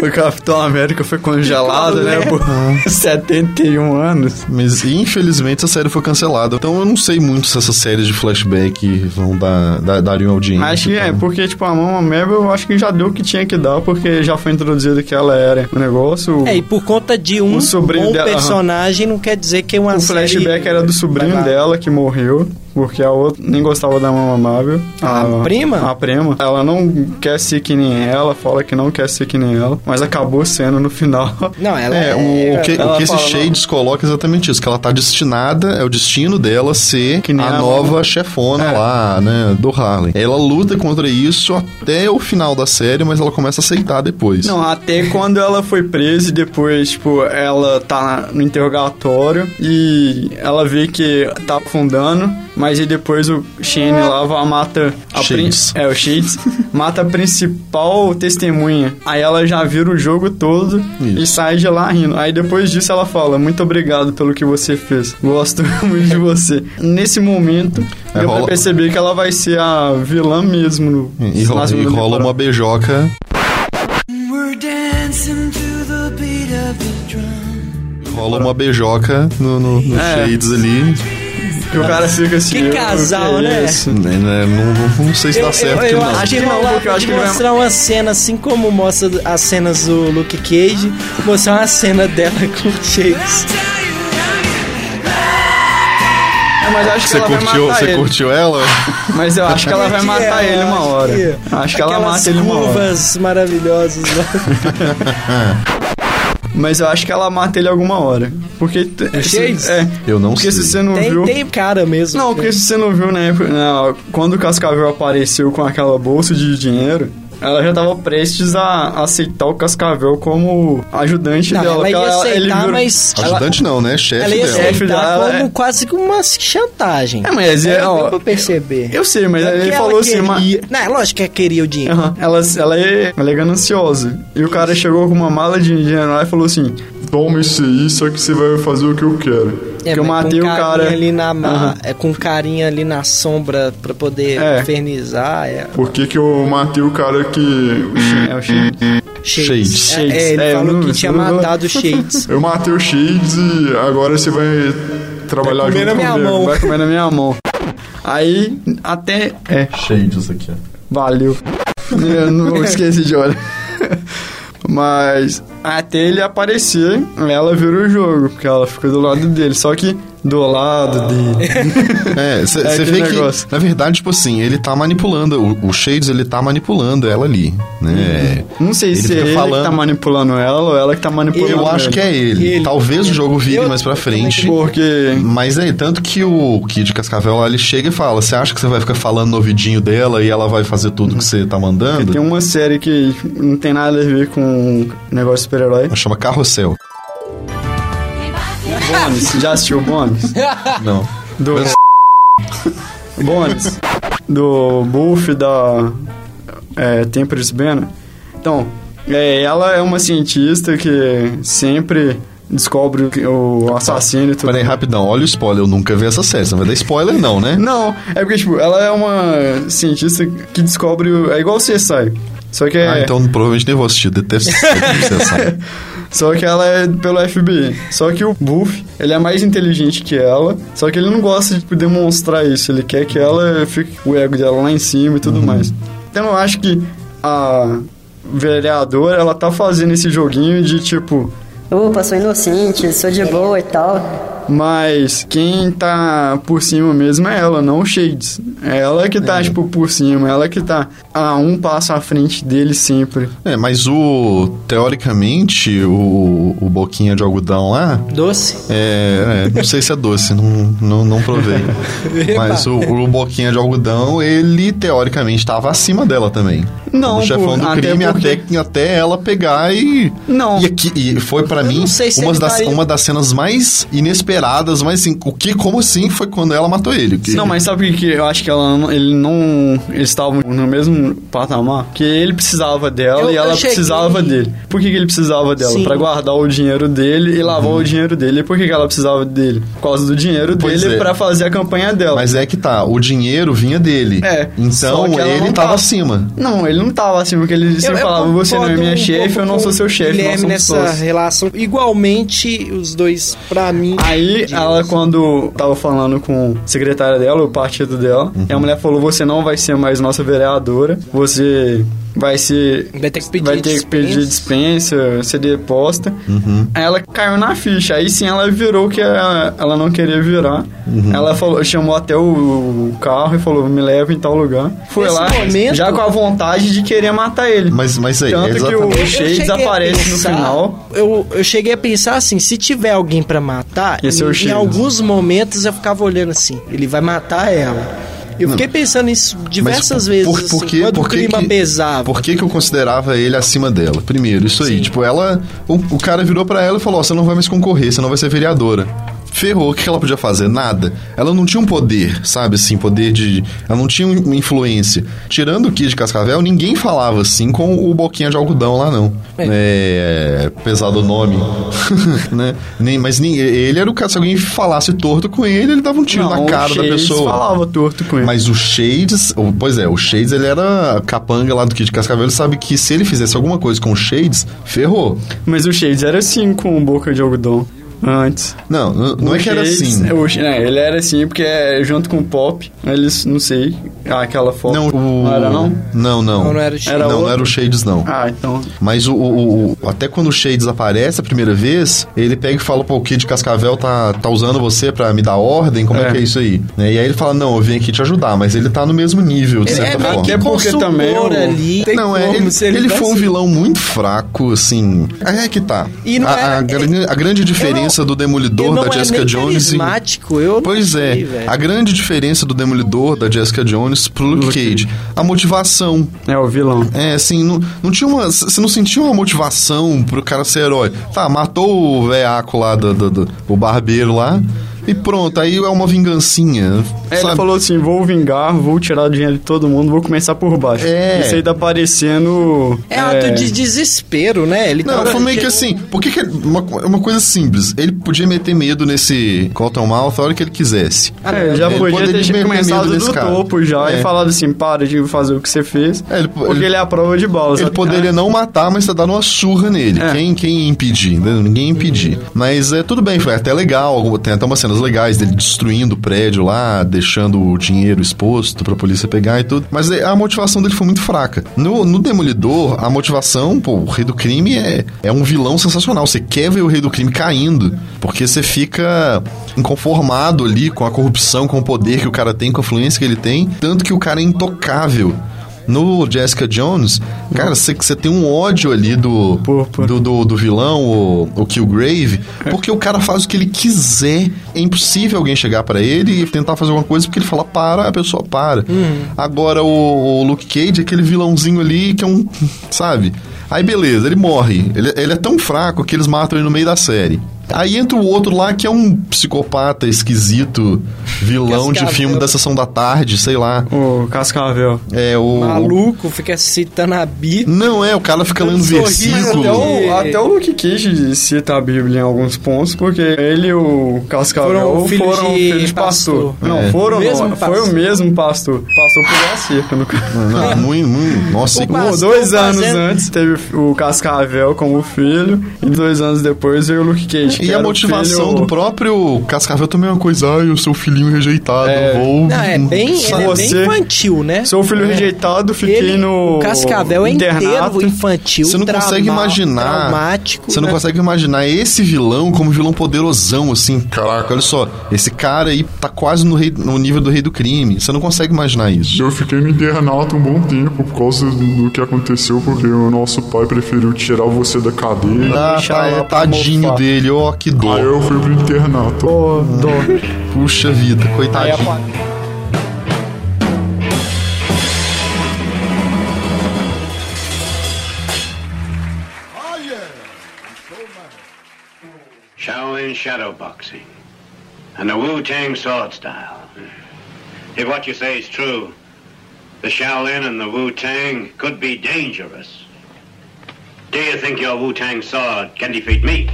Speaker 2: o Capitão América foi congelado, né, por
Speaker 1: Ah.
Speaker 2: 71 anos.
Speaker 3: Mas infelizmente essa série foi cancelada. Então eu não sei muito se essas séries de flashback vão dar, dar, dariam audiência.
Speaker 2: Acho que é,
Speaker 3: então.
Speaker 2: porque, tipo, a Mama Mabel, eu acho que já deu o que tinha que dar, porque já foi introduzido que ela era o negócio. o-
Speaker 1: É, e por conta de um,
Speaker 2: O sobrinho
Speaker 1: bom
Speaker 2: dela, aham.
Speaker 1: personagem, não quer dizer que é uma
Speaker 2: o flashback
Speaker 1: série-
Speaker 2: era do sobrinho
Speaker 1: Vai lá.
Speaker 2: dela que morreu, porque a outra nem gostava da Mama Mabel.
Speaker 1: A prima?
Speaker 2: A prima. Ela não quer ser que nem ela, fala que não quer ser que nem ela, mas acabou sendo no final.
Speaker 1: Não, ela
Speaker 3: É, o, o que,
Speaker 2: né? ela
Speaker 3: o que esse
Speaker 2: fala, né?
Speaker 3: Shades coloca é exatamente isso, que ela tá destinada, é o destino dela ser
Speaker 2: Que nem
Speaker 3: a
Speaker 2: a-
Speaker 3: nova chefona
Speaker 2: É.
Speaker 3: lá, né, do Harlem. Ela luta contra isso até o final da série, mas ela começa a aceitar depois.
Speaker 2: Não, até quando ela foi presa e depois, tipo, ela tá no interrogatório e ela vê que tá afundando, mas aí depois o Shane lá vai- mata a prin-
Speaker 3: Shades.
Speaker 2: É, o Shades mata a principal testemunha. Aí ela já vira o jogo todo e
Speaker 3: Isso.
Speaker 2: sai de lá rindo. Aí depois disso ela fala: Muito obrigado pelo que você fez. Gosto muito de você. Nesse momento,
Speaker 3: É,
Speaker 2: deu
Speaker 3: rola-
Speaker 2: pra perceber que ela vai ser a vilã mesmo. No,
Speaker 3: E, e
Speaker 2: na
Speaker 3: rola, e
Speaker 2: segunda
Speaker 3: rola
Speaker 2: temporada.
Speaker 3: uma beijoca.
Speaker 4: We're dancing to the beat of the drum.
Speaker 3: Rola uma beijoca no, no- no
Speaker 2: É.
Speaker 3: Shades ali.
Speaker 2: Que o cara fica assim.
Speaker 1: É. Que
Speaker 2: "Eu-
Speaker 1: casal,
Speaker 2: que
Speaker 1: né?"
Speaker 2: isso?
Speaker 3: Né, né, não, não- não sei se dá certo
Speaker 1: eu, eu
Speaker 3: que
Speaker 1: acho
Speaker 3: não.
Speaker 1: que
Speaker 2: Acho que não,
Speaker 1: rolava
Speaker 2: porque eu acho
Speaker 1: de
Speaker 2: que ele vai-
Speaker 1: mostrar uma cena assim como mostra as cenas do Luke Cage, mostrar uma cena dela com o Chase.
Speaker 2: É, mas eu acho
Speaker 3: Você
Speaker 2: que ela
Speaker 3: curtiu,
Speaker 2: vai matar
Speaker 3: você
Speaker 2: ele.
Speaker 3: curtiu ela?
Speaker 2: Mas eu acho que ela vai matar
Speaker 1: É,
Speaker 2: ele
Speaker 1: eu
Speaker 2: uma
Speaker 1: acho
Speaker 2: hora.
Speaker 1: que-
Speaker 2: Acho que ela
Speaker 1: Aquelas
Speaker 2: mata ele uma hora.
Speaker 1: curvas maravilhosas lá.
Speaker 2: Mas eu acho que ela mata ele alguma hora. Porque. t- se-
Speaker 1: Shades?
Speaker 2: É.
Speaker 3: Eu não
Speaker 2: Porque
Speaker 3: sei.
Speaker 2: se você não
Speaker 1: Tem,
Speaker 2: viu.
Speaker 1: tem cara mesmo.
Speaker 2: Não, porque se você não viu na época. na- quando o Cascavel apareceu com aquela bolsa de dinheiro. Ela já tava prestes a aceitar o Cascavel como ajudante
Speaker 1: Não,
Speaker 2: dela.
Speaker 1: ela ia
Speaker 2: porque ele
Speaker 1: aceitar,
Speaker 2: virou-
Speaker 1: mas ela,
Speaker 3: Ajudante não, né? Chefe
Speaker 1: ela ia
Speaker 3: dela.
Speaker 2: ser-
Speaker 1: aceitar
Speaker 2: dela,
Speaker 1: como
Speaker 2: é.
Speaker 1: quase que uma chantagem.
Speaker 2: É, mas é,
Speaker 1: Deu
Speaker 2: ó,
Speaker 1: pra perceber.
Speaker 2: Eu sei, mas
Speaker 1: É
Speaker 2: ele
Speaker 1: que ela
Speaker 2: falou assim, mas.
Speaker 1: queria- Não, é lógico que ela queria o dinheiro.
Speaker 2: Aham. Ela, ela, é, ela é gananciosa. E o cara chegou com uma mala de dinheiro lá e falou assim: Toma isso aí, só que você vai fazer o que eu quero.
Speaker 1: É,
Speaker 2: que eu
Speaker 1: mas
Speaker 2: matei o
Speaker 1: com carinha
Speaker 2: cara.
Speaker 1: Ali na, ma-
Speaker 2: Aham.
Speaker 1: é, com carinha ali na sombra pra poder
Speaker 2: É.
Speaker 1: infernizar. É.
Speaker 2: Por que, que eu matei o cara que. É o Shades.
Speaker 1: Shades. É, é,
Speaker 3: Shades.
Speaker 2: Shades.
Speaker 1: ele
Speaker 2: É, eu
Speaker 1: falou
Speaker 2: não-
Speaker 1: que tinha
Speaker 2: eu não-
Speaker 1: matado o Shades.
Speaker 2: Eu matei o Shades e agora você vai trabalhar
Speaker 1: Vai comer junto na minha comigo. mão.
Speaker 2: Vai comer na minha mão. Aí, até. É,
Speaker 3: Shades aqui, ó.
Speaker 2: Valeu. Eu não esqueci de olhar. Mas até ele aparecer, ela virou o jogo, porque ela ficou do lado dele. Só que do lado de.
Speaker 3: É, você
Speaker 2: É aquele
Speaker 3: vê
Speaker 2: negócio.
Speaker 3: que, na verdade, tipo assim, ele tá manipulando, o, o Shades, ele tá manipulando ela ali, né?
Speaker 2: Não sei se é
Speaker 3: fica
Speaker 2: ele que tá manipulando ela ou ela que tá manipulando
Speaker 3: Eu acho
Speaker 2: ele.
Speaker 3: que é ele.
Speaker 1: Ele.
Speaker 3: Talvez o jogo vire
Speaker 1: Eu-
Speaker 3: mais pra frente.
Speaker 2: Porque.
Speaker 3: Mas é, tanto que o Kid Cascavel lá, ele chega e fala: Você acha que você vai ficar falando no ouvidinho dela e ela vai fazer tudo que você tá mandando?
Speaker 2: Tem um uma série que não tem nada a ver com negócio de super-herói.
Speaker 3: Ela Chama Carrossel.
Speaker 2: Bones, já assistiu Bones?
Speaker 3: Não.
Speaker 2: Do. Bones. Do Buff da. É, Temperance Banner. Então, é, ela é uma cientista que sempre descobre o que- o assassino e tudo.
Speaker 3: Peraí, rapidão, olha o spoiler. Eu nunca vi essa série. Você não vai dar spoiler, não, né?
Speaker 2: Não, é porque, tipo, ela é uma cientista que descobre. o- É igual o CSI. Só que é.
Speaker 3: Ah, então provavelmente nem vou assistir. Detesto essa série, você sabe.
Speaker 2: Só que ela é pelo FBI. Só que o Buff, ele é mais inteligente que ela. Só que ele não gosta de tipo, demonstrar isso. Ele quer que ela fique o ego dela lá em cima e tudo mais. Então eu acho que a vereadora, ela tá fazendo esse joguinho de tipo.
Speaker 6: Opa, sou inocente, sou de boa e tal.
Speaker 2: Mas quem tá por cima mesmo é ela, não o Shades. É ela que tá, tipo, por cima. Ela que tá a um passo à frente dele sempre.
Speaker 3: É, mas o. Teoricamente, o, o Boquinha de Algodão lá,
Speaker 1: Doce?
Speaker 3: É, é, não sei se é doce, não, não, não provei. Mas o, o Boquinha de Algodão, ele teoricamente estava acima dela também.
Speaker 2: Não,
Speaker 3: o
Speaker 2: por-
Speaker 3: chefão do
Speaker 2: até
Speaker 3: crime
Speaker 2: porque-
Speaker 3: até, que- até ela pegar e.
Speaker 2: Não.
Speaker 3: E, aqui- e foi pra mim
Speaker 1: não sei se
Speaker 3: umas
Speaker 1: ele
Speaker 2: tá
Speaker 3: das,
Speaker 1: faria-
Speaker 3: uma das cenas mais inesperadas, mas assim, o que, como assim, foi quando ela matou ele. Que-
Speaker 2: Não, mas sabe o que que eu acho que ela não- ele não. Eles estavam no mesmo patamar? Que ele precisava dela
Speaker 1: Eu-
Speaker 2: e
Speaker 1: eu
Speaker 2: ela
Speaker 1: cheguei.
Speaker 2: precisava dele. Por que, que ele precisava dela?
Speaker 1: Sim.
Speaker 2: Pra guardar o dinheiro dele e lavar
Speaker 3: Uhum.
Speaker 2: o dinheiro dele. E por que, que ela precisava dele? Por causa do dinheiro
Speaker 3: Pois
Speaker 2: dele
Speaker 3: é.
Speaker 2: pra fazer a campanha dela.
Speaker 3: Mas é que tá, o dinheiro vinha dele.
Speaker 2: É, só
Speaker 3: então
Speaker 2: que ela
Speaker 3: ele
Speaker 2: não
Speaker 3: tava
Speaker 2: tava-
Speaker 3: acima.
Speaker 2: Não, ele não tava assim, porque ele sempre falava: você não é
Speaker 1: concordo
Speaker 2: minha
Speaker 1: um
Speaker 2: chefe,
Speaker 1: pouco
Speaker 2: eu não
Speaker 1: com
Speaker 2: sou seu
Speaker 1: o
Speaker 2: chefe, nós
Speaker 1: Guilherme
Speaker 2: somos
Speaker 1: nessa
Speaker 2: sócios."
Speaker 1: relação. Igualmente, os dois, pra mim.
Speaker 2: Aí
Speaker 1: de-
Speaker 2: ela, quando tava falando com a secretária dela, o partido dela,
Speaker 3: Uhum.
Speaker 2: e a mulher falou: Você não vai ser mais nossa vereadora, você vai ser.
Speaker 1: Vai ter que pedir
Speaker 2: vai ter que pedir dispensa, ser deposta.
Speaker 3: Uhum.
Speaker 2: Aí ela caiu na ficha, aí sim ela virou o que a- ela não queria virar.
Speaker 3: Uhum.
Speaker 2: Ela falou, chamou até o carro e falou: Me leva em tal lugar. Foi
Speaker 1: Nesse
Speaker 2: lá,
Speaker 1: momento-
Speaker 2: já com a vontade de querer matar ele.
Speaker 3: Mas, mas aí, é
Speaker 2: Tanto que
Speaker 3: exatamente.
Speaker 2: o
Speaker 1: Eu
Speaker 2: Shades
Speaker 1: cheguei a
Speaker 2: aparece no
Speaker 1: pensar-
Speaker 2: final.
Speaker 1: Eu, eu cheguei a pensar assim: se tiver alguém pra matar,
Speaker 2: Ia ser é o
Speaker 1: em, em
Speaker 2: Shades.
Speaker 1: alguns momentos eu ficava olhando assim: ele vai matar ela. Eu fiquei pensando nisso diversas
Speaker 3: por-
Speaker 1: vezes.
Speaker 3: por-
Speaker 1: assim,
Speaker 3: por que-
Speaker 1: quando
Speaker 3: por
Speaker 1: o
Speaker 3: que
Speaker 1: clima
Speaker 3: que-
Speaker 1: pesava.
Speaker 3: Por que, que eu considerava ele acima dela? Primeiro, isso aí. Tipo, ela. O, o cara virou pra ela e falou: Ó, você não vai mais concorrer, você não vai ser vereadora. Ferrou, o que que ela podia fazer? Nada. Ela não tinha um poder, sabe assim, poder de. Ela não tinha um, uma influência. Tirando o Kid Cascavel, ninguém falava assim com o Boquinha de Algodão lá, não. É. pesado o nome. né? Nem, mas nem, ele era o cara. Se alguém falasse torto com ele, ele dava um tiro
Speaker 2: Não,
Speaker 3: na
Speaker 2: o
Speaker 3: cara da
Speaker 2: Shades
Speaker 3: pessoa.
Speaker 2: falava torto com ele.
Speaker 3: Mas o Shades, o- pois é, o Shades ele era capanga lá do Kid Cascavel, ele sabe que se ele fizesse alguma coisa com o Shades, ferrou.
Speaker 2: Mas o Shades era assim com boca de algodão antes.
Speaker 3: Não, n- não é que era
Speaker 2: Shades-
Speaker 3: assim.
Speaker 2: o Sh- né, ele era assim porque é, junto com o Pop, eles, não sei, ah, aquela foto.
Speaker 3: Não, o...
Speaker 2: era não?
Speaker 3: Não, não.
Speaker 1: Não, não era o Shades.
Speaker 2: Era
Speaker 3: não, não
Speaker 2: outro?
Speaker 3: era o Shades, não.
Speaker 2: Ah, então.
Speaker 3: Mas o, o- o- até quando o Shades aparece a primeira vez, ele pega e fala, pô, o Kid Cascavel tá, tá usando você pra me dar ordem, como é,
Speaker 2: É.
Speaker 3: que é isso aí? Né? E aí ele fala, não, eu vim aqui te ajudar, mas ele tá no mesmo nível, de
Speaker 1: Ele é
Speaker 3: certa
Speaker 1: meio
Speaker 3: forma.
Speaker 1: que
Speaker 2: Até porque
Speaker 1: consumidor
Speaker 2: também o-
Speaker 1: ali. tem
Speaker 3: não, é,
Speaker 1: como,
Speaker 3: ele,
Speaker 1: se ele
Speaker 3: ele
Speaker 1: tivesse-
Speaker 3: foi um vilão muito fraco, assim. Aí é que tá.
Speaker 1: E não
Speaker 3: a, a
Speaker 1: era-
Speaker 3: gran- a grande diferença do Demolidor
Speaker 1: ele não
Speaker 3: da Jessica
Speaker 1: é nem
Speaker 3: Jones. e-
Speaker 1: carismático, eu não
Speaker 3: Pois é,
Speaker 1: sei, velho.
Speaker 3: a grande diferença do Demolidor da Jessica Jones pro Luke Cage. A motivação.
Speaker 2: É o vilão.
Speaker 3: É, assim, não, não tinha uma. Você não sentia uma motivação pro cara ser herói. Tá, matou o veaco lá, do, do- do- o barbeiro lá. E pronto, aí é uma vingancinha.
Speaker 2: Aí É, Ele
Speaker 3: sabe?
Speaker 2: falou assim: vou vingar, vou tirar o dinheiro de todo mundo, vou começar por baixo.
Speaker 3: É.
Speaker 2: Isso aí tá parecendo.
Speaker 1: É ato de desespero, né? Ele
Speaker 3: Não,
Speaker 1: tava-
Speaker 3: foi meio que assim. Por que que ele- uma, uma coisa simples. Ele podia meter medo nesse Cotton Mouth a hora que ele quisesse.
Speaker 2: É, já
Speaker 3: Ele
Speaker 2: podia
Speaker 3: poderia
Speaker 2: ter
Speaker 3: meter medo
Speaker 2: começado
Speaker 3: nesse
Speaker 2: do
Speaker 3: cara.
Speaker 2: topo já
Speaker 3: É.
Speaker 2: e falado assim: para de fazer o que você fez.
Speaker 3: É, ele-
Speaker 2: porque
Speaker 3: ele-
Speaker 2: ele, é a prova de balas.
Speaker 3: Ele poderia não matar, mas tá dando uma surra nele.
Speaker 2: É.
Speaker 3: Quem, quem ia impedir? entendeu? Ninguém ia impedir. Mas é tudo bem, foi até legal. algum- Tem até umas cenas cenas legais dele destruindo o prédio lá, deixando o dinheiro exposto pra polícia pegar e tudo. Mas eh, a motivação dele foi muito fraca. No, no Demolidor, a motivação, pô, o Rei do Crime é, é um vilão sensacional. Você quer ver o Rei do Crime caindo, porque você fica inconformado ali com a corrupção, com o poder que o cara tem, com a influência que ele tem. Tanto que o cara é intocável. No Jessica Jones, cara, você você tem um ódio ali do,
Speaker 2: Púrpura.
Speaker 3: do, do, do vilão, o, o Killgrave, porque o cara faz o que ele quiser. É impossível alguém chegar pra ele e tentar fazer alguma coisa, porque ele fala para, a pessoa para. Agora, o, o Luke Cage, é aquele vilãozinho ali que é um. Sabe? Aí beleza, ele morre. Ele, ele é tão fraco que eles matam ele no meio da série. Aí entra o outro lá que é um psicopata esquisito, vilão de
Speaker 1: Cascavel.
Speaker 3: filme da sessão da tarde, sei lá.
Speaker 2: O Cascavel.
Speaker 3: É o.
Speaker 1: Maluco, fica citando a Bíblia.
Speaker 3: Não, é, o cara fica lendo
Speaker 1: Sorriso,
Speaker 2: Até
Speaker 3: versículo.
Speaker 2: o, até o Luke Cage cita a Bíblia em alguns pontos, porque ele e o Cascavel
Speaker 1: Foram
Speaker 2: foram
Speaker 1: filhos
Speaker 2: filhos
Speaker 1: de
Speaker 2: de, pastor.
Speaker 1: pastor.
Speaker 2: Não,
Speaker 3: É.
Speaker 2: foram
Speaker 1: Mesmo
Speaker 2: não, foi
Speaker 1: pastor.
Speaker 2: o mesmo pastor. Pastor por a cerca, no caso.
Speaker 3: Não, muito, muito. Ah, Nossa,
Speaker 1: O
Speaker 3: e-
Speaker 2: Um ou
Speaker 1: pastor
Speaker 2: dois anos
Speaker 1: fazendo-
Speaker 2: antes teve o Cascavel como filho, e dois anos depois veio o Luke Cage. que
Speaker 3: E a
Speaker 2: era o
Speaker 3: motivação
Speaker 2: filho-
Speaker 3: do próprio Cascavel também é uma coisa, ai, o seu filhinho rejeitado,
Speaker 2: É.
Speaker 3: vou. um-"
Speaker 1: Não, é bem, ele é bem
Speaker 2: Você-
Speaker 1: infantil, né?
Speaker 2: Sou filho rejeitado, fiquei
Speaker 1: Ele-
Speaker 2: no.
Speaker 1: o Cascavel é
Speaker 2: internato.
Speaker 1: inteiro infantil.
Speaker 3: Você não
Speaker 1: trauma-
Speaker 3: consegue imaginar.
Speaker 1: Traumático.
Speaker 3: Você não
Speaker 1: né?
Speaker 3: consegue imaginar esse vilão como um vilão poderosão, assim. Caraca, olha só. Esse cara aí tá quase no, rei- no nível do rei do crime. Você não consegue imaginar isso.
Speaker 9: Eu fiquei no internato um bom tempo por causa do do que aconteceu, porque o nosso pai preferiu tirar você da cadeia.
Speaker 3: Ah,
Speaker 2: Deixa
Speaker 3: tá,
Speaker 2: lá
Speaker 3: é,
Speaker 2: pra
Speaker 3: tadinho
Speaker 2: mofar.
Speaker 3: dele, ó, que
Speaker 9: Aí
Speaker 3: dor.
Speaker 9: eu fui pro internato.
Speaker 2: Pô, dó.
Speaker 3: Puxa vida,
Speaker 2: Aí é a
Speaker 3: coitadinho.
Speaker 2: pa-
Speaker 7: Shaolin shadow boxing and the Wu Tang sword style. If what you say is true, the Shaolin and the Wu Tang could be dangerous. Do you think your Wu Tang sword can defeat me?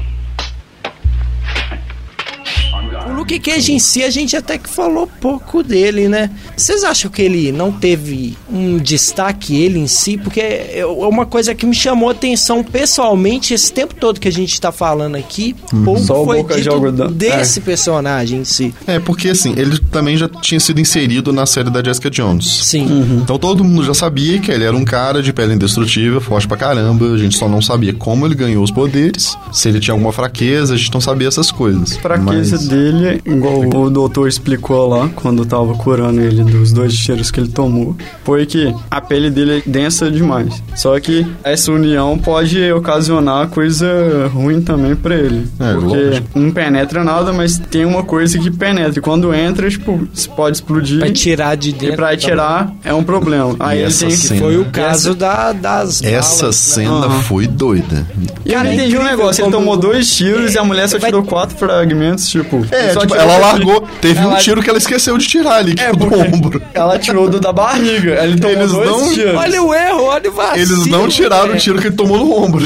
Speaker 1: O Luke Cage em si, a gente até que falou pouco dele, né? Vocês acham que ele não teve um destaque, ele em si? Porque é uma coisa que me chamou a atenção pessoalmente esse tempo todo que a gente tá falando aqui. Pouco
Speaker 2: Uhum. Só o
Speaker 1: foi
Speaker 2: Boca
Speaker 1: dito
Speaker 2: joga da- É.
Speaker 1: desse personagem em si.
Speaker 3: É, porque assim, ele também já tinha sido inserido na série da Jessica Jones.
Speaker 1: Sim.
Speaker 2: Uhum.
Speaker 3: Então todo mundo já sabia que ele era um cara de pele indestrutível, forte pra caramba. A gente só não sabia como ele ganhou os poderes, se ele tinha alguma fraqueza, a gente não sabia essas coisas.
Speaker 2: fraqueza
Speaker 3: Mas-
Speaker 2: dele, igual o doutor explicou lá, quando tava curando ele dos dois tiros que ele tomou, foi que a pele dele é densa demais. Só que essa união pode ocasionar coisa ruim também pra ele.
Speaker 3: É,
Speaker 2: porque
Speaker 3: lógico.
Speaker 2: não penetra nada, mas tem uma coisa que penetra. E quando entra, tipo, se pode explodir.
Speaker 1: Pra tirar tá de dentro.
Speaker 2: e pra tirar é um problema. Aí ele
Speaker 3: essa
Speaker 2: tem que.
Speaker 3: cena-
Speaker 1: Foi o
Speaker 3: Essa-
Speaker 1: caso da, das.
Speaker 3: Essa
Speaker 1: balas, né?
Speaker 3: cena
Speaker 2: Aham.
Speaker 3: foi doida.
Speaker 2: E eu não
Speaker 1: Cara, é
Speaker 2: entendi um
Speaker 1: incrível
Speaker 2: negócio. Ele
Speaker 1: como- é,
Speaker 2: tomou dois tiros e a mulher só
Speaker 1: Vai-
Speaker 2: tirou quatro fragmentos, tipo.
Speaker 3: É,
Speaker 2: só
Speaker 3: tipo,
Speaker 2: tirou
Speaker 3: ela
Speaker 2: aquele-
Speaker 3: largou. Teve um
Speaker 2: Ela-
Speaker 3: tiro que ela esqueceu de tirar ali, que
Speaker 2: É,
Speaker 3: foi do
Speaker 2: porque-
Speaker 3: ombro.
Speaker 2: Ela tirou do da barriga. Ele tomou
Speaker 3: Eles
Speaker 2: dois
Speaker 3: não-
Speaker 2: tiros.
Speaker 1: Olha o erro, olha o vacilo.
Speaker 3: Eles não tiraram o
Speaker 1: né?
Speaker 3: tiro que ele tomou no ombro.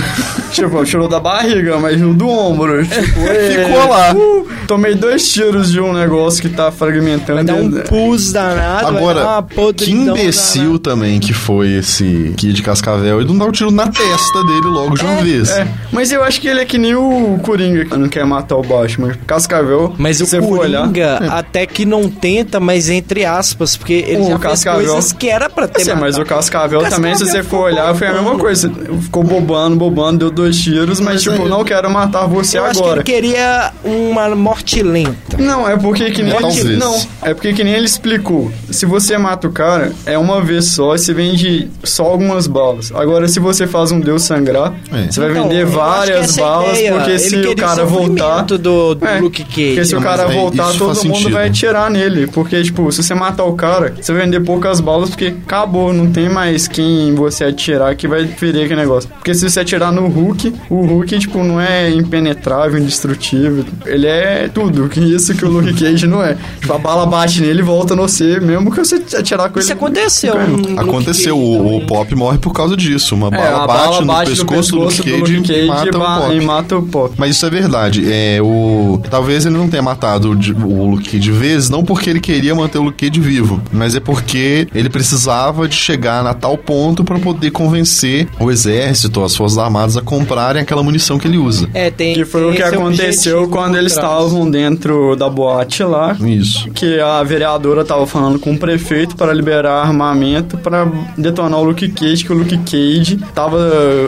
Speaker 2: Tipo, tirou da barriga, mas não do ombro. Tipo, é,
Speaker 3: Ficou lá.
Speaker 2: uh, tomei dois tiros de um negócio que tá fragmentando.
Speaker 1: Vai dar um pus danado. vai dar uma
Speaker 2: Ah,
Speaker 3: Agora, que
Speaker 1: podridão danada.
Speaker 3: imbecil também que foi esse Kid Cascavel. Ele não dá o tiro na testa dele logo de uma vez.
Speaker 2: É, mas eu acho que ele é que nem o Coringa, que não quer matar o Batman. Cascavel,
Speaker 1: Mas o
Speaker 2: se você for olhar...
Speaker 1: Coringa
Speaker 3: É.
Speaker 1: até que não tenta, mas entre aspas, porque ele
Speaker 2: O
Speaker 1: já fez
Speaker 2: Cascavel-
Speaker 1: coisas que era pra ter
Speaker 2: Sim, mas o
Speaker 1: matado.
Speaker 2: Cascavel,
Speaker 1: Cascavel é
Speaker 2: também, se você
Speaker 1: ficou
Speaker 2: for olhar, foi a mesma
Speaker 1: bobando.
Speaker 2: coisa. Ficou bobando, bobando, deu dois tiros, mas, tipo, não quero matar você
Speaker 1: Eu acho que
Speaker 2: agora.
Speaker 1: ele queria uma morte lenta.
Speaker 2: Não, é porque que nem
Speaker 3: É,
Speaker 2: ele-
Speaker 3: talvez.
Speaker 2: não, é porque que nem ele explicou. Se você mata o cara, é uma vez só e você vende só algumas balas. Agora se você faz um deus sangrar,
Speaker 3: É.
Speaker 2: você vai
Speaker 1: Então,
Speaker 2: vender
Speaker 1: eu acho que
Speaker 2: várias
Speaker 1: essa é a
Speaker 2: balas
Speaker 1: ideia.
Speaker 2: porque
Speaker 1: Ele
Speaker 2: se o
Speaker 1: queria
Speaker 2: cara
Speaker 1: o sofrimento
Speaker 2: voltar É,
Speaker 1: do- do Luke Cage. né?
Speaker 2: Porque se o
Speaker 1: Não,
Speaker 2: cara
Speaker 3: mas aí
Speaker 2: voltar,
Speaker 3: isso
Speaker 2: todo mundo
Speaker 3: faz sentido.
Speaker 2: vai atirar nele, porque tipo, se você matar o cara, você vai vender poucas balas porque acabou, não tem mais quem você atirar que vai ferir aquele negócio. Porque se você atirar no Hulk, o Hulk tipo não é impenetrável, indestrutível, ele é tudo, que isso que o Luke Cage não é. Tipo, a bala bate nele e volta no você, mesmo que você atirar com
Speaker 1: Isso
Speaker 2: ele.
Speaker 1: aconteceu.
Speaker 2: não ganha.
Speaker 1: no Luke
Speaker 3: é, Aconteceu,
Speaker 1: Cage
Speaker 3: o,
Speaker 1: também.
Speaker 3: o Pop morre por causa disso. Uma
Speaker 2: É,
Speaker 3: bala,
Speaker 2: a
Speaker 3: bate,
Speaker 2: bala
Speaker 3: no,
Speaker 2: bate
Speaker 3: pescoço
Speaker 2: no pescoço
Speaker 3: do Luke Cage e mata
Speaker 2: e, ba-
Speaker 3: o Pop.
Speaker 2: e mata o Pop.
Speaker 3: Mas isso é verdade. É, o... Talvez ele não tenha matado o de- o Luke Cage de vez, não porque ele queria manter o Luke Cage vivo, mas é porque ele precisava de chegar na tal ponto pra poder convencer o exército, as forças armadas a, con- comprarem aquela munição que ele usa.
Speaker 1: É, tem.
Speaker 2: Que foi
Speaker 1: tem
Speaker 2: o que
Speaker 1: esse
Speaker 2: aconteceu
Speaker 1: objetivo
Speaker 2: quando
Speaker 1: por
Speaker 2: eles
Speaker 1: trás.
Speaker 2: estavam dentro da boate lá.
Speaker 3: Isso.
Speaker 2: Que a vereadora tava falando com o prefeito para liberar armamento para detonar o Luke Cage, que o Luke Cage tava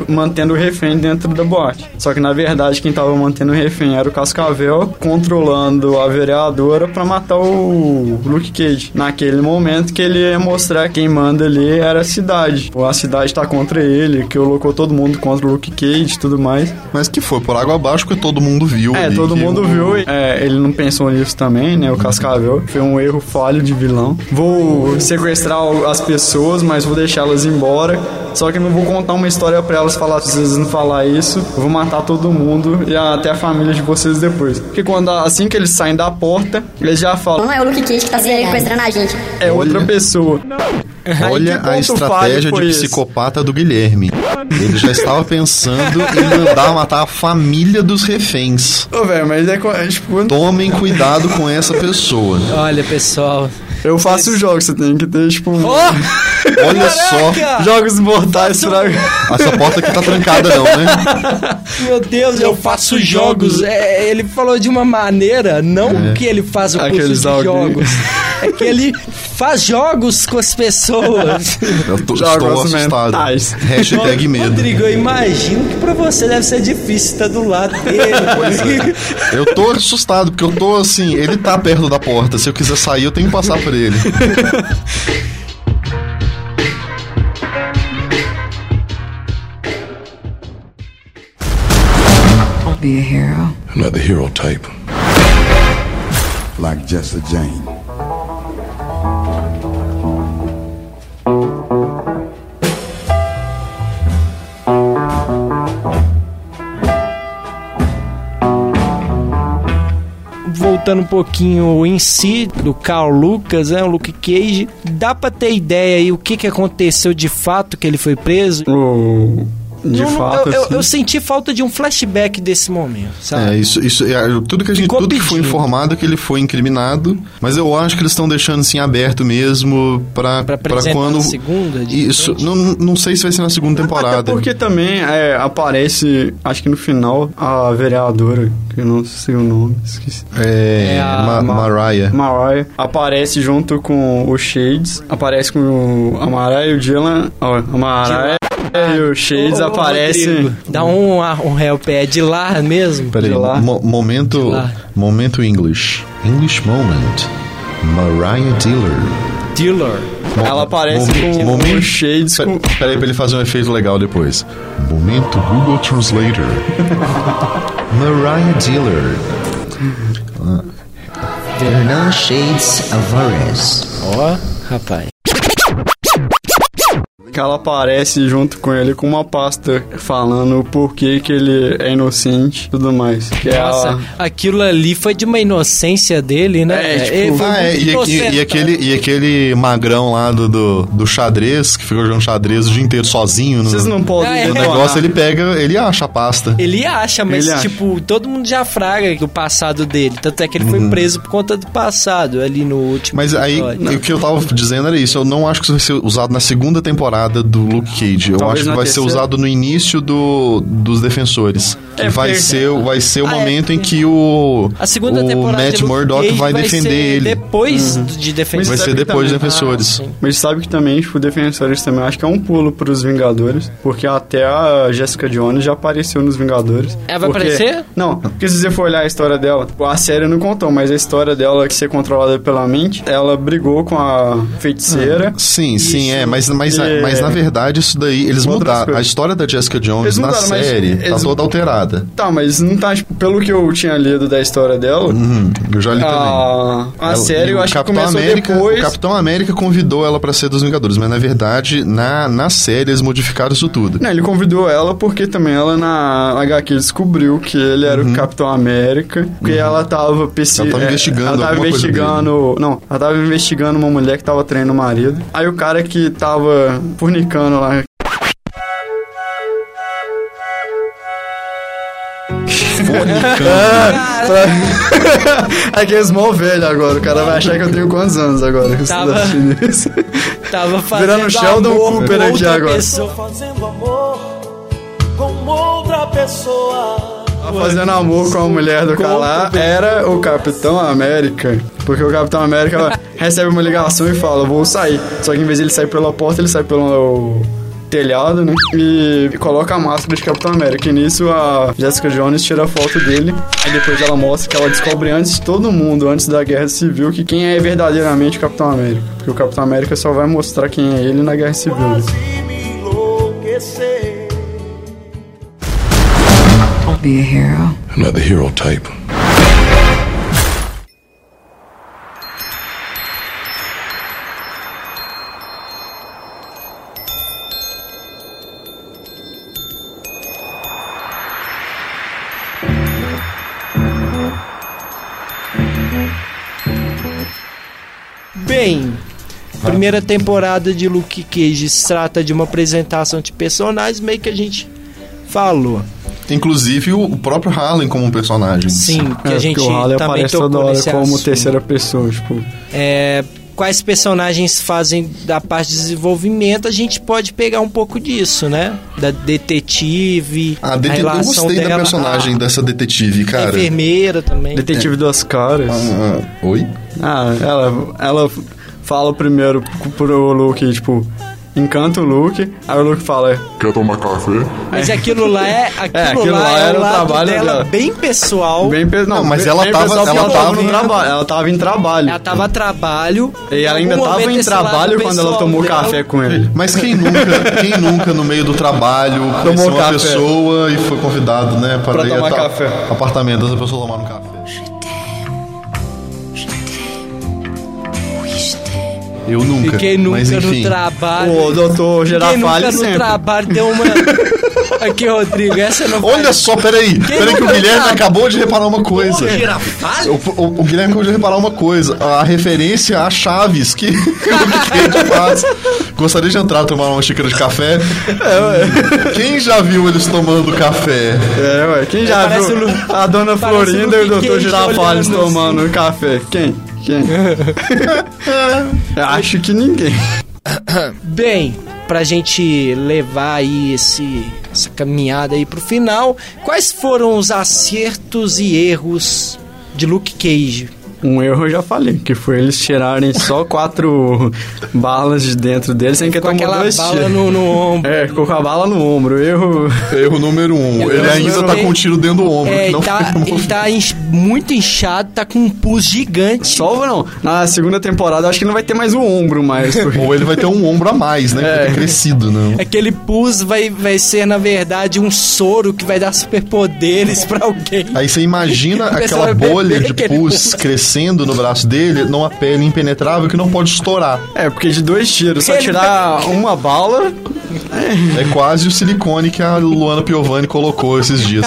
Speaker 2: mantendo o refém dentro da boate. Só que na verdade quem tava mantendo o refém era o Cascavel, controlando a vereadora para matar o Luke Cage. Naquele momento que ele ia mostrar quem manda ali era a cidade. Pô, A cidade tá contra ele, que colocou todo mundo contra o Luke Cage e tudo mais.
Speaker 3: Mas que foi por água abaixo porque todo mundo viu.
Speaker 2: É,
Speaker 3: ali
Speaker 2: todo
Speaker 3: que
Speaker 2: mundo
Speaker 3: o-
Speaker 2: viu. É, ele não pensou nisso também, né? O Cascavel. Foi um erro falho de vilão. Vou sequestrar o- as pessoas, mas vou deixá-las embora. Só que não vou contar uma história pra elas falar, se vocês não falar isso, eu vou matar todo mundo e até a família de vocês depois. Porque quando assim que eles saem da porta, eles já falam,
Speaker 6: Não é o Luke Cage que tá sequestrando a gente.
Speaker 2: é outra pessoa. Aí
Speaker 3: Olha
Speaker 2: que
Speaker 3: a
Speaker 2: ponto
Speaker 3: estratégia
Speaker 2: falho foi
Speaker 3: de
Speaker 2: esse?
Speaker 3: psicopata do Guilherme. Ele já estava pensando em mandar matar a família dos reféns.
Speaker 2: Ô, velho, mas é co- é tipo,
Speaker 3: Tomem cuidado com essa pessoa.
Speaker 1: Olha, pessoal.
Speaker 2: eu faço jogos, você tem que ter, tipo,
Speaker 3: Olha
Speaker 1: Caraca!
Speaker 2: jogos mortais pra.
Speaker 3: só. Essa porta aqui tá trancada, não, né?
Speaker 1: Meu Deus, eu faço jogos. É, ele falou de uma maneira, não que ele faz o curso
Speaker 2: É. Aqueles
Speaker 1: de
Speaker 2: alguém.
Speaker 1: jogos. É que ele faz jogos com as pessoas.
Speaker 3: Eu tô, estou
Speaker 2: Jogos
Speaker 3: assustado.
Speaker 2: mentais.
Speaker 3: Hashtag medo.
Speaker 1: né? Rodrigo, eu imagino que pra você deve ser difícil estar do lado dele.
Speaker 2: é.
Speaker 3: Eu tô assustado, porque eu tô assim, ele tá perto da porta. Se eu quiser sair, eu tenho que passar por ele.
Speaker 4: Be a hero.
Speaker 9: I'm not the hero type. Like Jesse Jane.
Speaker 1: Voltando um pouquinho em si do Carl Lucas, né, o Luke Cage, dá pra ter ideia aí o que, que aconteceu de fato que ele foi preso?
Speaker 2: O- De
Speaker 1: Não, não,
Speaker 2: fato,
Speaker 1: eu, eu-
Speaker 2: assim.
Speaker 1: eu senti falta de um flashback desse momento, sabe?
Speaker 3: É, isso, isso é, tudo que a gente,
Speaker 1: Tá. Ficou
Speaker 3: tudo que foi
Speaker 1: pedindo.
Speaker 3: informado é que ele foi incriminado, mas eu acho que eles estão deixando assim aberto mesmo pra,
Speaker 1: Pra
Speaker 3: pra,
Speaker 1: apresentar
Speaker 3: quando
Speaker 1: na segunda, de
Speaker 3: isso,
Speaker 1: repente?
Speaker 3: não, não sei se vai ser na segunda temporada.
Speaker 2: Até é
Speaker 1: né?
Speaker 2: porque também é, aparece, acho que no final, a vereadora, que eu não sei o nome, esqueci.
Speaker 3: É,
Speaker 1: É a
Speaker 3: Ma-
Speaker 2: Ma-
Speaker 3: Mariah.
Speaker 2: Mariah aparece junto com o Shades, aparece com o, a Mariah e o Dylan. Ó, a Mariah e o Shades
Speaker 1: Ô, ô,
Speaker 2: aparecem.
Speaker 1: Rodrigo, Dá um, um help, é de lá mesmo?
Speaker 3: Peraí,
Speaker 2: de lá.
Speaker 3: mo- momento,
Speaker 1: lá.
Speaker 3: momento English. English moment. Mariah Diller.
Speaker 1: Dealer.
Speaker 3: Mo-
Speaker 2: Ela aparece com o Shades com-
Speaker 3: Pe- Peraí pra ele fazer um efeito legal depois. Momento Google Translator. Mariah Diller.
Speaker 10: There are no shades of orange.
Speaker 1: Ó, rapaz.
Speaker 2: que ela aparece junto com ele com uma pasta falando o porquê que ele é inocente e tudo mais. Que é
Speaker 1: Nossa,
Speaker 2: a-
Speaker 1: aquilo ali foi de uma inocência dele, né?
Speaker 2: É, tipo,
Speaker 1: Ele foi
Speaker 3: Ah, é,
Speaker 1: muito
Speaker 3: e, aque-
Speaker 1: inocente, né?
Speaker 3: e aquele, e aquele magrão lá do, do, do xadrez, que ficou jogando xadrez o dia inteiro sozinho. No,
Speaker 2: Vocês não podem
Speaker 1: Ah, é.
Speaker 3: no
Speaker 2: detonar.
Speaker 3: negócio, ele pega, ele acha a pasta.
Speaker 1: Ele acha, mas
Speaker 2: Ele acha.
Speaker 1: tipo, todo mundo já fraga do passado dele. Tanto é que ele foi preso por conta do passado ali no último.
Speaker 3: Mas aí,
Speaker 1: episódio.
Speaker 3: o que eu tava dizendo era isso. Eu não acho que isso vai ser usado na segunda temporada do Luke Cage. Eu
Speaker 2: Talvez
Speaker 3: acho que
Speaker 2: na
Speaker 3: vai
Speaker 2: terceira.
Speaker 3: ser usado no início do, dos Defensores. Que
Speaker 2: É,
Speaker 3: vai,
Speaker 2: porque-
Speaker 3: ser, vai ser o
Speaker 1: Ah, é,
Speaker 3: momento em
Speaker 1: porque-
Speaker 3: que o,
Speaker 1: a segunda
Speaker 3: o
Speaker 1: temporada
Speaker 3: Matt
Speaker 1: de Luke
Speaker 3: Murdock
Speaker 1: Cage
Speaker 3: vai defender
Speaker 1: ser
Speaker 3: ele.
Speaker 1: depois Ah, de defender.
Speaker 3: Vai
Speaker 2: Mas
Speaker 3: ser
Speaker 2: sabe
Speaker 3: depois dos
Speaker 2: também-
Speaker 3: Defensores.
Speaker 2: Mas sabe que também, tipo, Defensores também acho que é um pulo pros Vingadores, porque até a Jessica Jones já apareceu nos Vingadores.
Speaker 1: Ela vai
Speaker 2: Porque-
Speaker 1: aparecer?
Speaker 2: Não, porque se você for olhar a história dela, tipo, a série não contou, mas a história dela que ser controlada pela mente, ela brigou com a feiticeira.
Speaker 3: Sim, sim, é, mas, mas,
Speaker 2: é-
Speaker 3: mas na verdade isso daí,
Speaker 2: Outras
Speaker 3: eles mudaram.
Speaker 2: coisas.
Speaker 3: A história da Jessica Jones
Speaker 2: Eles
Speaker 3: na
Speaker 2: mudaram, mas
Speaker 3: série tá
Speaker 2: eles-
Speaker 3: toda alterada.
Speaker 2: Tá, mas não tá, tipo, pelo que eu tinha lido da história dela,
Speaker 3: Hum, eu já li também.
Speaker 2: Ah, a, a
Speaker 3: Ela-
Speaker 2: série
Speaker 3: e
Speaker 2: eu
Speaker 3: o
Speaker 2: acho
Speaker 3: Capitão
Speaker 2: que começou
Speaker 3: América,
Speaker 2: depois.
Speaker 3: O Capitão América convidou ela pra ser dos Vingadores, mas na verdade, na, na série eles modificaram isso tudo.
Speaker 2: Não, ele convidou ela porque também ela na HQ descobriu que ele era o Capitão América, porque ela tava PC,
Speaker 3: Uhum. Ela tava investigando
Speaker 2: ela tava
Speaker 3: alguma coisa
Speaker 2: investigando, não, ela tava investigando uma mulher que tava treinando o marido. Aí o cara que tava fornicando lá Aqueles mó velho agora, o cara vai achar que eu tenho quantos anos agora? que eu sou
Speaker 1: Tava-
Speaker 2: da chinesa.
Speaker 1: Tava fazendo
Speaker 2: Virando Sheldon
Speaker 1: amor
Speaker 2: Cooper
Speaker 1: com
Speaker 2: aqui
Speaker 1: outra
Speaker 2: agora.
Speaker 1: pessoa.
Speaker 4: Fazendo amor
Speaker 11: com outra pessoa.
Speaker 2: Fazendo amor com a mulher do Calá era o Capitão América. Porque o Capitão América recebe uma ligação e fala, vou sair. Só que em vez de ele sair pela porta, ele sai pelo telhado, né? E coloca a máscara de Capitão América. E nisso a Jessica Jones tira a foto dele. E depois ela mostra que ela descobre antes de todo mundo, antes da Guerra Civil, que quem é verdadeiramente o Capitão América. Porque o Capitão América só vai mostrar quem é ele na Guerra Civil. né?
Speaker 11: Enlouquecer.
Speaker 12: Be a hero.
Speaker 13: I'm not the hero type.
Speaker 1: Bem, a primeira temporada de Luke Cage se trata de uma apresentação de personagens, meio que a gente falou.
Speaker 3: Inclusive o o próprio Harlan como um personagem.
Speaker 1: Sim, que a
Speaker 2: É,
Speaker 1: gente
Speaker 2: porque o Harley
Speaker 1: também
Speaker 2: aparece
Speaker 1: tocou
Speaker 2: toda hora
Speaker 1: nesse
Speaker 2: como
Speaker 1: assunto.
Speaker 2: terceira pessoa, tipo...
Speaker 1: É, quais personagens fazem da parte de desenvolvimento, a gente pode pegar um pouco disso, né? Da detetive,
Speaker 2: Ah,
Speaker 3: A detetive, eu
Speaker 1: relação
Speaker 3: gostei
Speaker 1: dela,
Speaker 3: da personagem dessa detetive,
Speaker 1: a
Speaker 3: cara.
Speaker 1: enfermeira também.
Speaker 2: Detetive duas caras.
Speaker 3: oi?
Speaker 2: Ah, ela, ela fala primeiro pro- pro Luke, tipo, encanta o Luke, aí o Luke fala. "É
Speaker 9: Quer tomar café?
Speaker 1: Mas aquilo lá é aquilo,
Speaker 2: aquilo
Speaker 1: lá,
Speaker 2: lá
Speaker 1: é
Speaker 2: era
Speaker 1: o
Speaker 2: o
Speaker 1: lado
Speaker 2: trabalho
Speaker 1: dela,
Speaker 2: dela.
Speaker 1: bem pessoal.
Speaker 2: Bem, pe- não,
Speaker 3: mas
Speaker 2: bem-
Speaker 3: ela
Speaker 2: bem
Speaker 3: tava-
Speaker 2: pessoal que
Speaker 3: ela tava
Speaker 2: no
Speaker 3: em-
Speaker 2: trabalho. Ela tava em trabalho.
Speaker 1: Ela tava a trabalho.
Speaker 2: E ela
Speaker 1: em
Speaker 2: ainda
Speaker 1: algum
Speaker 2: tava
Speaker 1: momento
Speaker 2: em
Speaker 1: esse
Speaker 2: trabalho
Speaker 1: lado
Speaker 2: quando ela
Speaker 1: pessoal
Speaker 2: tomou
Speaker 1: dela-
Speaker 2: café com ele.
Speaker 3: Mas quem nunca, quem nunca no meio do trabalho
Speaker 2: Tomou
Speaker 3: conheceu uma
Speaker 2: café.
Speaker 3: pessoa e foi convidado, né, para
Speaker 2: Pra
Speaker 3: ir
Speaker 2: tomar
Speaker 3: até o
Speaker 2: café.
Speaker 3: apartamento dessa pessoa tomar um café. Eu nunca.
Speaker 1: Fiquei nunca
Speaker 3: mas
Speaker 1: no
Speaker 3: enfim.
Speaker 1: trabalho.
Speaker 2: O doutor
Speaker 1: Fiquei
Speaker 2: Girafale
Speaker 1: nunca no
Speaker 2: sempre.
Speaker 1: trabalho deu uma. Aqui, Rodrigo, essa não foi.
Speaker 3: Olha só, peraí. Peraí que o
Speaker 1: nunca
Speaker 3: Guilherme
Speaker 1: tra-
Speaker 3: acabou de reparar uma coisa.
Speaker 1: Porra, girafale?
Speaker 3: O, o- o Guilherme acabou de reparar uma coisa. A referência a Chaves que o Kate faz. Gostaria de entrar tomar uma xícara de café.
Speaker 1: É,
Speaker 3: Quem já viu eles tomando café?
Speaker 2: É, ué, quem já
Speaker 1: Parece
Speaker 2: viu
Speaker 1: o Lu-
Speaker 2: a dona
Speaker 1: parece o
Speaker 2: Florinda e o
Speaker 1: Luke
Speaker 2: doutor
Speaker 1: Cage
Speaker 2: Girafales
Speaker 1: olhando assim.
Speaker 2: tomando café? Quem? Quem? Acho que ninguém.
Speaker 1: Bem, pra gente levar aí esse, essa caminhada aí pro final, quais foram os acertos e erros de Luke Cage?
Speaker 2: Um erro eu já falei, que foi eles tirarem só quatro balas de dentro dele sem que
Speaker 1: Com
Speaker 2: tomou
Speaker 1: aquela
Speaker 2: dois
Speaker 1: bala
Speaker 2: tiros.
Speaker 1: no, no ombro.
Speaker 2: É, ficou com a bala no ombro. Erro.
Speaker 3: Erro número um. Ele
Speaker 1: número
Speaker 3: ainda tá
Speaker 1: um.
Speaker 3: com um tiro dentro do ombro.
Speaker 1: É,
Speaker 3: que não
Speaker 1: ele tá,
Speaker 3: foi
Speaker 1: ele tá inch- muito inchado, tá com um pus gigante.
Speaker 2: Só não. Na segunda temporada eu acho que não vai ter mais o ombro mais. porque-
Speaker 3: Ou ele vai ter um ombro a mais, né? Que
Speaker 1: É.
Speaker 3: vai ter crescido, né?
Speaker 1: Aquele pus vai, vai ser, na verdade, um soro que vai dar superpoderes pra alguém.
Speaker 3: Aí você imagina
Speaker 1: A pessoa
Speaker 3: aquela
Speaker 1: vai beber
Speaker 3: bolha de
Speaker 1: aquele
Speaker 3: pus crescendo no braço dele numa pele impenetrável que não pode estourar.
Speaker 2: É, porque de dois tiros, só
Speaker 1: Ele
Speaker 2: tirar uma bala.
Speaker 3: É quase o silicone que a Luana Piovani colocou esses dias.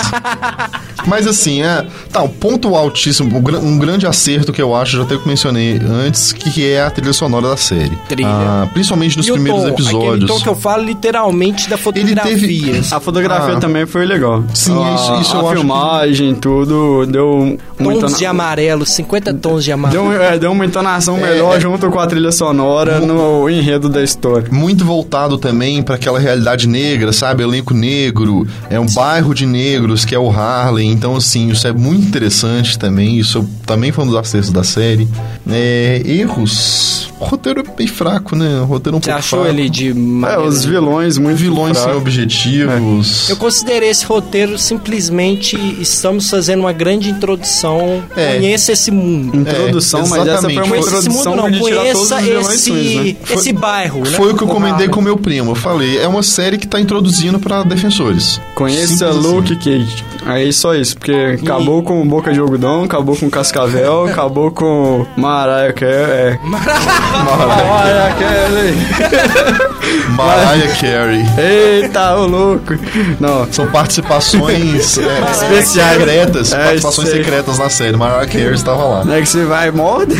Speaker 3: Mas assim, é, tá, um ponto altíssimo, um, gran- um grande acerto que eu acho, já até que mencionei antes, que é a trilha sonora da série.
Speaker 1: Trilha.
Speaker 3: Ah, principalmente nos
Speaker 1: E o
Speaker 3: primeiros
Speaker 1: tom, aquele
Speaker 3: episódios.
Speaker 1: tom que eu falo literalmente da
Speaker 3: Ele
Speaker 1: fotografia.
Speaker 3: teve.
Speaker 2: A fotografia
Speaker 3: Ah.
Speaker 2: também foi legal.
Speaker 3: Sim,
Speaker 2: a,
Speaker 3: isso- isso
Speaker 2: a
Speaker 3: eu acho
Speaker 2: filmagem, tudo, deu
Speaker 3: Então,
Speaker 2: muito.
Speaker 1: Tons de amarelo, 50 tons
Speaker 3: um
Speaker 1: de amarelo.
Speaker 2: Deu, é, deu uma entonação melhor junto com a trilha sonora no enredo da história.
Speaker 3: Muito voltado também pra aquela realidade negra, sabe? Elenco negro, é um bairro de negros que é o Harlem. Então, assim, isso é muito interessante também. Isso também foi um dos acertos da série. É, erros. O roteiro é bem fraco, né? O roteiro é um
Speaker 1: Você
Speaker 3: pouco
Speaker 1: achou
Speaker 3: fraco.
Speaker 1: ele de
Speaker 2: É,
Speaker 1: maneira-
Speaker 2: os vilões, muito
Speaker 3: vilões sem
Speaker 2: fracos.
Speaker 3: objetivos.
Speaker 1: É. Eu considerei esse roteiro simplesmente estamos fazendo uma grande introdução.
Speaker 3: É. Então,
Speaker 1: Conheça esse mundo.
Speaker 2: Introdução, mas essa foi uma
Speaker 3: exatamente.
Speaker 1: Conheça esse mundo
Speaker 2: introdução
Speaker 1: não,
Speaker 2: de tirar todos os
Speaker 1: conheça
Speaker 2: vilões.
Speaker 1: esse,
Speaker 2: ruins, né?
Speaker 1: esse bairro. né?
Speaker 3: Foi o que eu
Speaker 1: Porra,
Speaker 3: comentei com meu primo. Eu falei, é uma série que tá introduzindo pra defensores.
Speaker 2: Conheça
Speaker 3: Simples assim.
Speaker 2: Luke Cage. Aí só isso, porque acabou com Boca de Algodão, acabou com Cascavel, acabou com Mariah Carey. É. Mariah Carey.
Speaker 3: assim. Mariah Carey.
Speaker 2: Eita, o louco. Não,
Speaker 3: São participações é,
Speaker 2: Especiais.
Speaker 3: secretas.
Speaker 2: É,
Speaker 3: participações
Speaker 2: isso aí.
Speaker 3: secretas na série. Mariah Carey estava lá.
Speaker 2: não é que você vai e morde?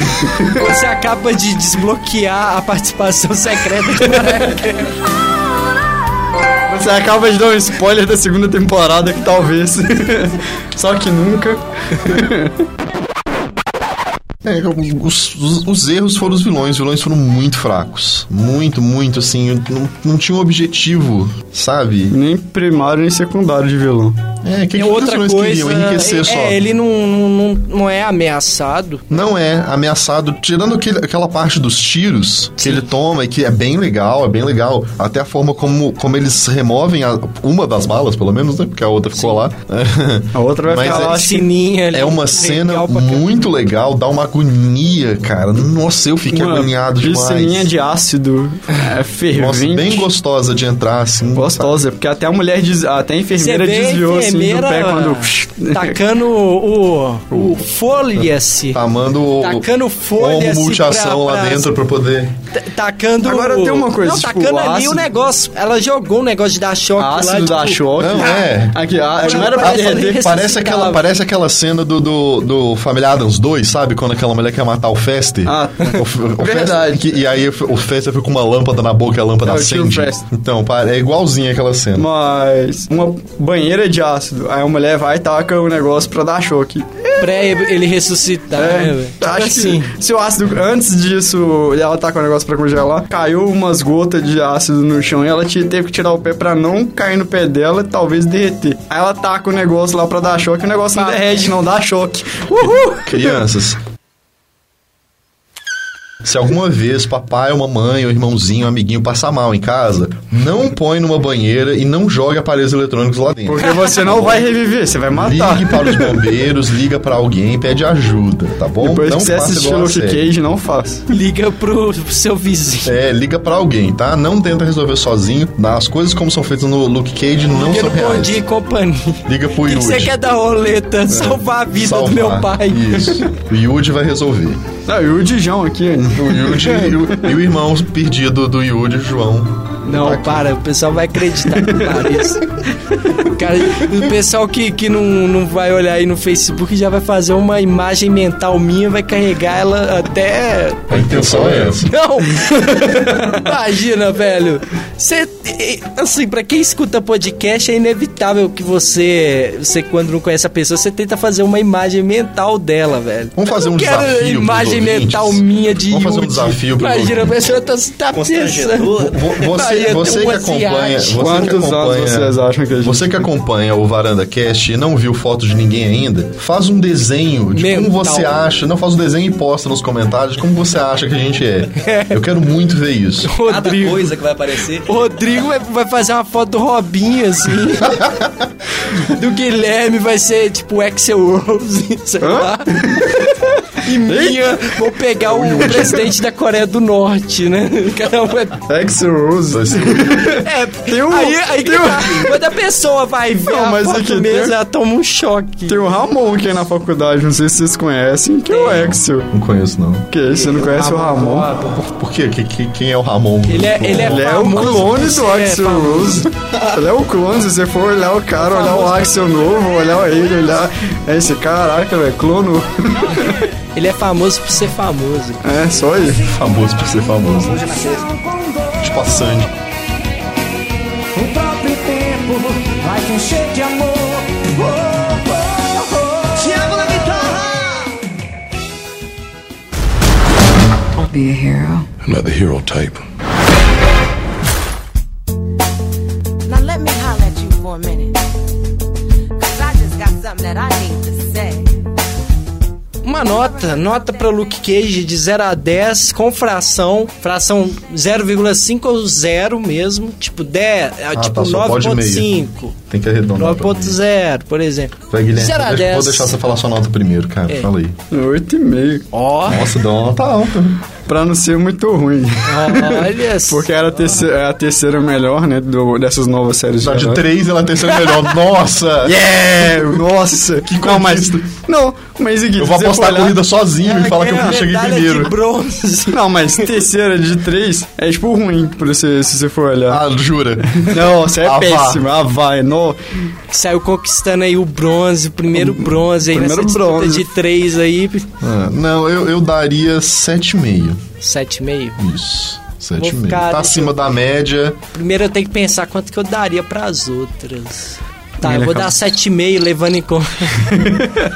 Speaker 1: Você acaba de desbloquear a participação secreta de Mariah Carey.
Speaker 2: Você acaba de dar um spoiler da segunda temporada que talvez. só que nunca.
Speaker 3: É, os, os- os erros foram os vilões. Os vilões foram muito fracos. Muito, muito, assim. Não, não tinha um objetivo, sabe?
Speaker 2: Nem primário, nem secundário de vilão.
Speaker 3: É, que,
Speaker 1: E
Speaker 3: que
Speaker 1: outra
Speaker 3: os vilões
Speaker 1: coisa,
Speaker 3: queriam? Enriquecer
Speaker 1: é,
Speaker 3: só.
Speaker 1: é, ele não, não, não é ameaçado.
Speaker 3: Não é ameaçado, tirando aquele- aquela parte dos tiros que ele toma e que é bem legal, é bem legal. Até a forma como, como eles removem a- uma das balas, pelo menos, né? Porque a outra ficou lá.
Speaker 2: A outra vai ficar lá, acho que-
Speaker 1: Sininha ali, um
Speaker 3: É uma cena muito legal, dá uma agonia, cara. Nossa, eu fiquei
Speaker 2: Uma
Speaker 3: agoniado demais.
Speaker 2: piscininha de ácido é, fervente.
Speaker 3: Nossa, bem gostosa de entrar, assim.
Speaker 2: Gostosa, porque até a mulher, des... até a enfermeira
Speaker 1: Você vê a
Speaker 2: desviou assim do pé quando...
Speaker 1: Tacando o, o folha-se.
Speaker 2: Ah,
Speaker 3: Amando o.
Speaker 1: Tacando
Speaker 3: Como
Speaker 1: folha-se.
Speaker 3: multiação
Speaker 1: pra-
Speaker 3: lá
Speaker 1: pra-
Speaker 3: dentro pra poder.
Speaker 1: t- Tacando.
Speaker 2: Agora tem uma coisa,
Speaker 1: Não,
Speaker 2: tipo,
Speaker 1: tacando ali
Speaker 2: ácido-
Speaker 1: o negócio. Ela jogou um negócio de dar choque lá.
Speaker 2: Ácido da
Speaker 1: tipo,
Speaker 2: choque.
Speaker 3: Não, é.
Speaker 2: Aqui, a...
Speaker 1: Tipo,
Speaker 2: não era pra
Speaker 1: parece-
Speaker 2: derreter.
Speaker 3: Parece aquela,
Speaker 1: ressuscitava.
Speaker 3: parece aquela cena do, do, do Família Adams 2, sabe? Quando aquela mulher quer matar o Fester.
Speaker 2: Ah,
Speaker 3: O F- o
Speaker 2: Verdade.
Speaker 3: Fester- que- e aí o Fester fica com uma lâmpada na boca e a lâmpada
Speaker 2: É, o tio
Speaker 3: acende.
Speaker 2: Fester.
Speaker 3: Então, pa- é igualzinho aquela cena.
Speaker 2: Mas uma banheira de ácido. Aí a mulher vai e taca o negócio pra dar choque.
Speaker 1: Pré ele ressuscitar, né, velho? Tipo
Speaker 2: É, acho
Speaker 1: assim.
Speaker 2: que se o ácido, antes disso, ela tá com o negócio pra congelar, caiu umas gotas de ácido no chão e ela te- teve que tirar o pé pra não cair no pé dela e talvez derreter. Aí ela taca o negócio lá pra dar choque, o negócio não derrete, não dá choque. Uhul!
Speaker 3: Crianças. Se alguma vez papai, uma mãe, um irmãozinho, um amiguinho passar mal em casa, não põe numa banheira e não joga aparelhos eletrônicos lá dentro.
Speaker 2: Porque Ah, tá. você não vai reviver, você vai matar.
Speaker 3: Ligue para os bombeiros, liga para alguém, pede ajuda, tá bom?
Speaker 2: Depois
Speaker 3: não
Speaker 2: que você
Speaker 3: faça
Speaker 2: assistiu
Speaker 3: igual a
Speaker 2: Luke
Speaker 3: série.
Speaker 2: Cage, não faça.
Speaker 1: Liga pro, pro seu vizinho.
Speaker 3: É, liga pra alguém, tá? Não tenta resolver sozinho. As coisas como são feitas no Luke Cage não
Speaker 1: Liga
Speaker 3: são
Speaker 1: no Bom
Speaker 3: reais.
Speaker 1: Dia e Companhia.
Speaker 3: Liga pro
Speaker 1: O que que
Speaker 3: Yudi.
Speaker 1: você quer dar roleta? Salvar a vida
Speaker 3: Salvar.
Speaker 1: do meu pai.
Speaker 3: Isso. O Yudi vai resolver.
Speaker 2: Não, e o Dijão aqui, hein?
Speaker 3: O Yudi e o, e o irmão perdido do Yudi, João.
Speaker 1: Não, para, o pessoal vai acreditar que parece. O Cara, o pessoal que, que não, não vai olhar aí no Facebook já vai fazer uma imagem mental minha, vai carregar ela até.
Speaker 3: A intenção é essa.
Speaker 1: Não! Imagina, velho. Você. Assim, pra quem escuta podcast, é inevitável que você. Você, quando não conhece a pessoa, você tenta fazer uma imagem mental dela, velho.
Speaker 3: Vamos fazer
Speaker 1: Eu
Speaker 3: um
Speaker 1: não quero
Speaker 3: desafio pros
Speaker 1: imagem
Speaker 3: ouvintes.
Speaker 1: mental minha de
Speaker 3: Vamos fazer um
Speaker 1: Yudi.
Speaker 3: desafio pros
Speaker 1: Imagina, a
Speaker 3: ouvintes.
Speaker 1: pessoa tá, tá pensando.
Speaker 3: Vo- Você,
Speaker 1: Imagina,
Speaker 3: você
Speaker 1: tem
Speaker 3: que
Speaker 1: uma
Speaker 3: acompanha.
Speaker 1: viagem.
Speaker 3: Você que
Speaker 2: Quantos anos
Speaker 3: acompanha,
Speaker 2: vocês acham que a gente-
Speaker 3: Você que acompanha o Varanda Cast e não viu foto de ninguém ainda, faz um desenho de
Speaker 1: Mental.
Speaker 3: como você acha. Não, faz um desenho e posta nos comentários de como você acha que a gente é. Eu quero muito ver isso.
Speaker 13: Cada
Speaker 1: Rodrigo.
Speaker 13: coisa que vai aparecer.
Speaker 1: O Rodrigo vai, vai fazer uma foto do Robinho, assim. do Guilherme vai ser tipo o Axel Rose, sei lá. E minha, vou pegar o presidente da Coreia do Norte, né? Cada um vai...
Speaker 2: Axel Rose.
Speaker 1: É,
Speaker 2: Tem um-
Speaker 1: aí, aí que
Speaker 2: tem um-
Speaker 1: tá. Quando a pessoa vai ver
Speaker 2: Não,
Speaker 1: a
Speaker 2: mas
Speaker 1: foto
Speaker 2: é que tem-
Speaker 1: mesmo, ela toma um choque.
Speaker 2: Tem o Ramon que é na faculdade, não sei se vocês conhecem, que é o Axel.
Speaker 3: Não conheço, não.
Speaker 2: Que você
Speaker 13: Ah,
Speaker 2: não conhece é o Ramon?
Speaker 3: Por quê? Que- que- quem é o Ramon?
Speaker 1: Ele é, ele é,
Speaker 2: Ele é o
Speaker 1: famoso por
Speaker 2: clone
Speaker 1: ser
Speaker 2: do Axel
Speaker 1: famoso.
Speaker 2: Rose. Ele é o clone, se você for olhar o cara, olhar o Axel novo, olhar ele, olhar. É esse caraca, velho, clono.
Speaker 1: Ele é famoso por ser famoso.
Speaker 2: É, só ele.
Speaker 3: famoso por ser famoso. Tipo a Sandy.
Speaker 11: O próprio tempo vai te encher de amor. Oh, oh, oh. Tiago na guitarra!
Speaker 12: Don't be a hero.
Speaker 14: I'm not the hero type.
Speaker 15: Now let me holler at you for a minute. Cause I just got something that I need to say.
Speaker 1: Uma nota, nota pra Luke Cage de 0 a 10 com fração, fração 0,5 ou 0 mesmo, tipo 10, é,
Speaker 3: Ah,
Speaker 1: tipo
Speaker 3: tá, só pode meia.
Speaker 1: 9.5
Speaker 3: Tem que arredondar. pra mim.
Speaker 1: 9.0, por exemplo.
Speaker 3: Vai, Guilherme.
Speaker 1: Zero a
Speaker 3: deixa-
Speaker 1: dez.
Speaker 3: Vou deixar você falar sua nota primeiro, cara.
Speaker 1: É.
Speaker 3: Fala aí.
Speaker 2: Oito e meio.
Speaker 1: Ó,
Speaker 3: Nossa, deu uma nota alta.
Speaker 2: Pra não ser muito ruim.
Speaker 1: olha só.
Speaker 2: Porque era a terceira, é a terceira melhor, né, do- dessas novas séries
Speaker 3: Tá de
Speaker 2: herói.
Speaker 3: 3, ela é a terceira melhor. Nossa!
Speaker 2: Yeah! Nossa! Que não, mas, não, mas
Speaker 3: Eu vou apostar a corrida sozinho e falar que eu cheguei
Speaker 1: medalha
Speaker 3: primeiro.
Speaker 1: de bronze.
Speaker 2: Não, mas terceira de três é tipo ruim, pra você, se você for olhar.
Speaker 3: Ah, jura?
Speaker 2: Não, você é
Speaker 3: Ah, vá.
Speaker 2: péssimo. Ah, vai, não.
Speaker 1: Saiu conquistando aí o bronze, o primeiro bronze aí
Speaker 2: primeiro
Speaker 1: nessa disputa
Speaker 2: bronze.
Speaker 1: de 3 aí,
Speaker 3: Ah, não, eu, eu daria 7,5.
Speaker 1: 7,5.
Speaker 3: Isso.
Speaker 1: Vou
Speaker 3: 7,5.
Speaker 1: ficar-
Speaker 3: Tá acima da média.
Speaker 1: Primeiro eu tenho que pensar quanto que eu daria pras outras. Tá, eu vou dar 7,5 levando em conta.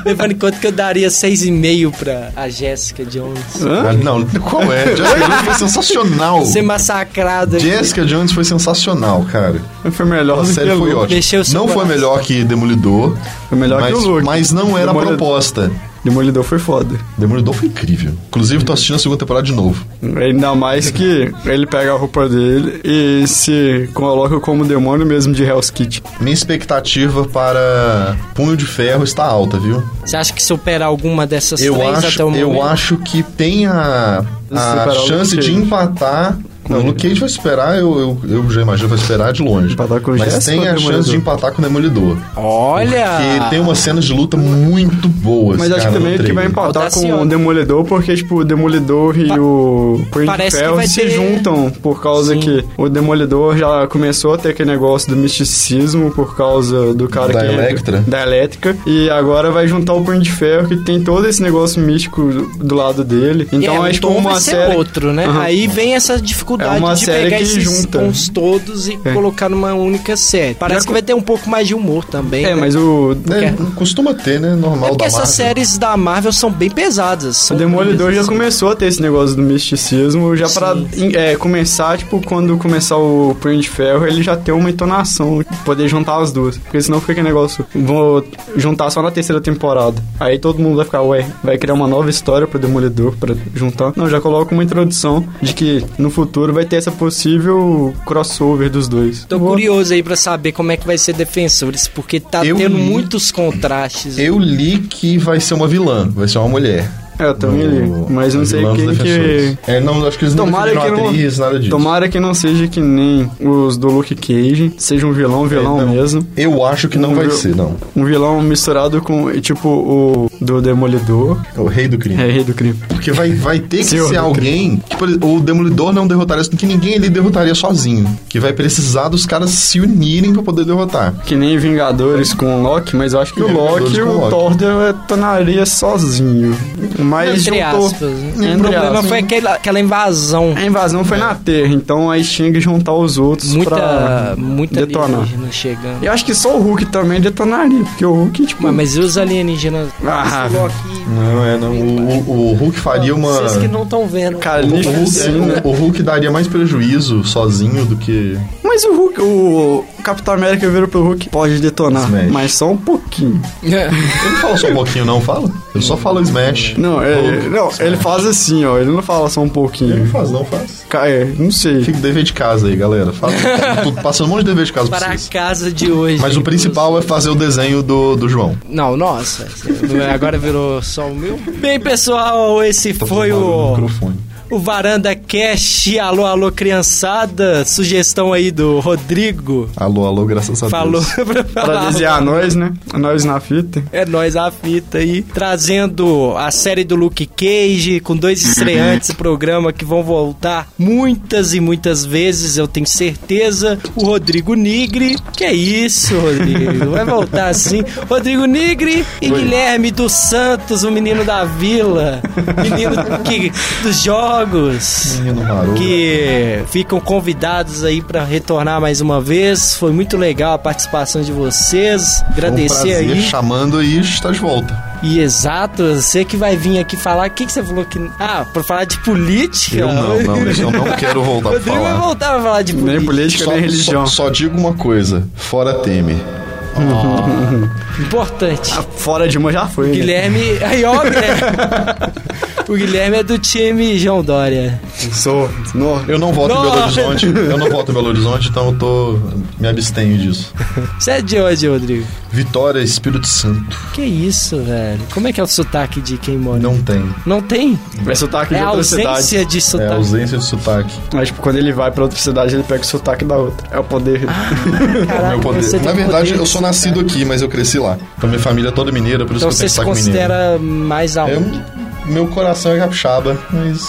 Speaker 1: levando em conta que eu daria 6,5 pra a Jéssica Jones.
Speaker 3: Ah, não, qual é? Jessica Jones foi sensacional.
Speaker 1: Ser massacrada. aqui.
Speaker 3: Jessica Jones foi sensacional, cara.
Speaker 2: Foi melhor
Speaker 3: A série foi ótima.
Speaker 1: Mexeu o seu
Speaker 3: não foi
Speaker 1: coração.
Speaker 3: melhor que Demolidor. Foi
Speaker 2: melhor que
Speaker 3: mas,
Speaker 2: o Loki.
Speaker 3: Mas não era
Speaker 2: Demolidor-
Speaker 3: a proposta.
Speaker 2: Demolidor foi foda.
Speaker 3: Demolidor foi incrível. Inclusive, tô assistindo a segunda temporada de novo.
Speaker 2: Ainda mais que ele pega a roupa dele e se coloca como demônio mesmo de Hell's Kitchen.
Speaker 3: Minha expectativa para Punho de Ferro está alta, viu?
Speaker 1: Você acha que supera alguma dessas
Speaker 3: Eu
Speaker 1: três até o
Speaker 3: acho,
Speaker 1: momento?
Speaker 3: eu acho que tem a,
Speaker 2: Superar
Speaker 3: a
Speaker 2: o
Speaker 3: chance
Speaker 2: Luke
Speaker 3: de
Speaker 2: Cage.
Speaker 3: empatar. Não, o Luke Cage vai esperar, eu, eu, eu já imagino, vai esperar de longe.
Speaker 2: Empatar com o
Speaker 3: Mas
Speaker 2: Jessica
Speaker 3: tem
Speaker 2: ou
Speaker 3: a
Speaker 2: com o
Speaker 3: chance de
Speaker 2: Demolidor?
Speaker 3: empatar com o Demolidor.
Speaker 1: Olha!
Speaker 3: Porque
Speaker 2: um-
Speaker 3: tem umas cenas de luta muito boas.
Speaker 2: Mas acho
Speaker 3: cara,
Speaker 2: que
Speaker 3: no
Speaker 2: também é que vai
Speaker 3: trailer.
Speaker 2: empatar com
Speaker 1: Audaciona.
Speaker 2: o Demolidor, porque, tipo, o Demolidor e o Punho de
Speaker 1: parece que
Speaker 2: Ferro
Speaker 1: vai
Speaker 2: se
Speaker 1: ter-
Speaker 2: juntam, por causa que o Demolidor já começou a ter aquele negócio do misticismo, por causa do cara
Speaker 3: Da
Speaker 2: que...
Speaker 3: Electra.
Speaker 2: Da Elétrica. E agora vai juntar o Punho de Ferro, que tem todo esse negócio místico do lado dele. Então
Speaker 1: é,
Speaker 2: é,
Speaker 1: um
Speaker 2: tipo
Speaker 1: tom
Speaker 2: uma
Speaker 1: vai ser
Speaker 2: série...
Speaker 1: outro, né?
Speaker 2: Aham.
Speaker 1: Aí vem essa dificuldade
Speaker 2: É uma
Speaker 1: de
Speaker 2: série
Speaker 1: pegar
Speaker 2: que
Speaker 1: esses
Speaker 2: junta.
Speaker 1: tons todos e
Speaker 2: É.
Speaker 1: colocar numa única série. Parece
Speaker 2: Já
Speaker 1: que vai ter um pouco mais de humor também. né?
Speaker 2: É, mas o...
Speaker 3: É, costuma ter, né?
Speaker 1: É
Speaker 3: Normal
Speaker 1: porque
Speaker 3: da Marvel.
Speaker 1: essas séries da Marvel são bem pesadas.
Speaker 2: O
Speaker 1: São
Speaker 2: Demolidor
Speaker 1: bem
Speaker 2: já
Speaker 1: pesadas.
Speaker 2: começou a ter esse negócio do misticismo, já pra
Speaker 1: Sim.
Speaker 2: em- é, começar, tipo, quando começar o Punho de Ferro, ele já tem uma entonação, poder juntar as duas. Porque senão fica aquele negócio, vou juntar só na terceira temporada. Aí todo mundo vai ficar, ué, vai criar uma nova história pro Demolidor pra juntar. Não, já coloca uma introdução de que no futuro vai ter essa possível crossover dos dois.
Speaker 1: Tô
Speaker 2: Vou-
Speaker 1: curioso aí pra saber como é que vai ser Defensores, porque tá
Speaker 3: Eu
Speaker 1: tendo
Speaker 3: li-
Speaker 1: muitos contrastes.
Speaker 3: Eu li que vai ser uma vilã, vai ser uma mulher.
Speaker 2: É, eu também li, mas eu não sei
Speaker 3: Vilã dos
Speaker 2: quem que...
Speaker 3: Defensores. É, não, acho que eles não
Speaker 2: Tomara que,
Speaker 3: definiram
Speaker 2: não,
Speaker 3: atriz, nada disso.
Speaker 2: tomara que não seja que nem os do Luke Cage, seja um vilão, vilão
Speaker 3: É, não.
Speaker 2: mesmo.
Speaker 3: Eu acho que não
Speaker 2: Um
Speaker 3: vai
Speaker 2: vil-
Speaker 3: ser, não.
Speaker 2: Um vilão misturado com, tipo, o do Demolidor.
Speaker 3: É o rei do crime.
Speaker 2: É, Rei do Crime.
Speaker 3: Porque vai, vai ter que
Speaker 2: Senhor
Speaker 3: ser
Speaker 2: do
Speaker 3: alguém que, por exemplo, o Demolidor não derrotaria, que ninguém ali derrotaria sozinho. Que vai precisar dos caras se unirem pra poder derrotar.
Speaker 2: Que nem Vingadores com o Loki, mas eu acho que
Speaker 3: Que
Speaker 2: o
Speaker 3: nem
Speaker 2: Loki
Speaker 3: Vingadores
Speaker 2: e
Speaker 3: com
Speaker 2: o
Speaker 3: Loki.
Speaker 2: Thor detonaria sozinho. Mas
Speaker 1: Entre
Speaker 2: juntou...
Speaker 1: aspas. né?
Speaker 2: Entre
Speaker 1: o problema
Speaker 2: aspas.
Speaker 1: foi aquela, aquela invasão.
Speaker 2: A invasão foi na Terra, então aí tinha que juntar os outros pra
Speaker 1: Muita, muita
Speaker 2: detonar.
Speaker 1: alienígena chegando.
Speaker 2: Eu acho que só o Hulk também detonaria, porque o Hulk, tipo...
Speaker 1: Mas, mas e os alienígenas?
Speaker 2: Ah,
Speaker 1: Esse Loki-
Speaker 3: Não, é, não. O, o- o Hulk faria uma.
Speaker 1: Vocês que não né? estão vendo.
Speaker 3: O Hulk,
Speaker 2: Carnificina.
Speaker 3: é, o- o Hulk daria mais prejuízo sozinho do que.
Speaker 2: Mas o Hulk, o Capitão América vira pro Hulk, pode detonar,
Speaker 3: Smash.
Speaker 2: mas só um pouquinho.
Speaker 3: Ele não fala só um pouquinho, não, fala? Ele só fala Smash.
Speaker 2: Não, é,
Speaker 3: Hulk,
Speaker 2: não
Speaker 3: Smash.
Speaker 2: ele faz assim, ó, ele não fala só um
Speaker 3: Ele não
Speaker 2: pouquinho.
Speaker 3: faz, não faz.
Speaker 2: Ca- É, não sei.
Speaker 3: Fica o dever de casa aí, galera. Fala, tô passando um monte de dever de casa pra
Speaker 1: Para a
Speaker 3: vocês.
Speaker 1: casa de hoje.
Speaker 3: Mas o principal é fazer o desenho do, do João.
Speaker 1: Não, nossa. Agora virou só o meu. Bem, pessoal, esse
Speaker 3: Tô
Speaker 1: foi
Speaker 3: fazendo barulho no
Speaker 1: o,
Speaker 3: microfone.
Speaker 1: o Varanda Cash. Alô, alô, criançada. Sugestão aí do Rodrigo.
Speaker 3: Alô, alô, graças a
Speaker 1: Falou
Speaker 3: Deus.
Speaker 1: pra
Speaker 2: Pra
Speaker 1: falar.
Speaker 2: desenhar nós, né? Nós na fita.
Speaker 1: É nós a fita aí, trazendo a série do Luke Cage, com dois estreantes do programa que vão voltar muitas e muitas vezes, eu tenho certeza. O Rodrigo Nigri, que é isso, Rodrigo, vai voltar sim. Rodrigo Nigri e Guilherme dos Santos, o menino da vila, menino que, dos jogos
Speaker 3: Menino maroto.
Speaker 1: que ficam convidados aí pra retornar mais uma vez. Foi muito legal a participação de vocês.
Speaker 3: Foi um
Speaker 1: Agradecer
Speaker 3: prazer,
Speaker 1: aí.
Speaker 3: chamando aí, está de volta.
Speaker 1: E exato, você que vai vir aqui falar. O que, que você falou que. Ah, pra falar de política?
Speaker 3: Eu não, não, eu não quero voltar
Speaker 1: Ah.
Speaker 3: pra
Speaker 1: Rodrigo é vai
Speaker 3: falar.
Speaker 1: voltar pra falar de política.
Speaker 2: Nem política, nem religião.
Speaker 3: só digo uma coisa, fora Temer.
Speaker 1: Importante.
Speaker 2: Fora de uma já foi. né?
Speaker 1: Guilherme. Aí, ó, Guilherme. o Guilherme é do time João Dória.
Speaker 2: Sou. No.
Speaker 3: Eu não voto em Belo
Speaker 1: Não.
Speaker 3: Horizonte, eu não voto em Belo Horizonte, então eu tô me abstenho disso.
Speaker 1: Você é de onde, Rodrigo?
Speaker 3: Vitória, Espírito Santo.
Speaker 1: Que isso, velho? Como é que é o sotaque de quem mora?
Speaker 3: Não tem.
Speaker 1: Não tem?
Speaker 2: É sotaque
Speaker 1: É
Speaker 2: de
Speaker 1: a
Speaker 2: outra cidade.
Speaker 1: ausência de
Speaker 3: É
Speaker 1: sotaque.
Speaker 3: ausência de sotaque.
Speaker 2: Mas, tipo, quando ele vai pra outra cidade, ele pega o sotaque da outra. É o poder.
Speaker 1: Ah. Caraca,
Speaker 3: Meu poder.
Speaker 1: você tem
Speaker 3: Na verdade,
Speaker 1: poder.
Speaker 3: eu sou nascido aqui, mas eu cresci lá. Então minha família é toda mineira, por isso
Speaker 1: Então
Speaker 3: que eu
Speaker 1: você
Speaker 3: tenho
Speaker 1: se
Speaker 3: sotaque
Speaker 1: considera
Speaker 3: mineiro.
Speaker 1: mais alto.
Speaker 3: Eu, meu coração é capixaba, mas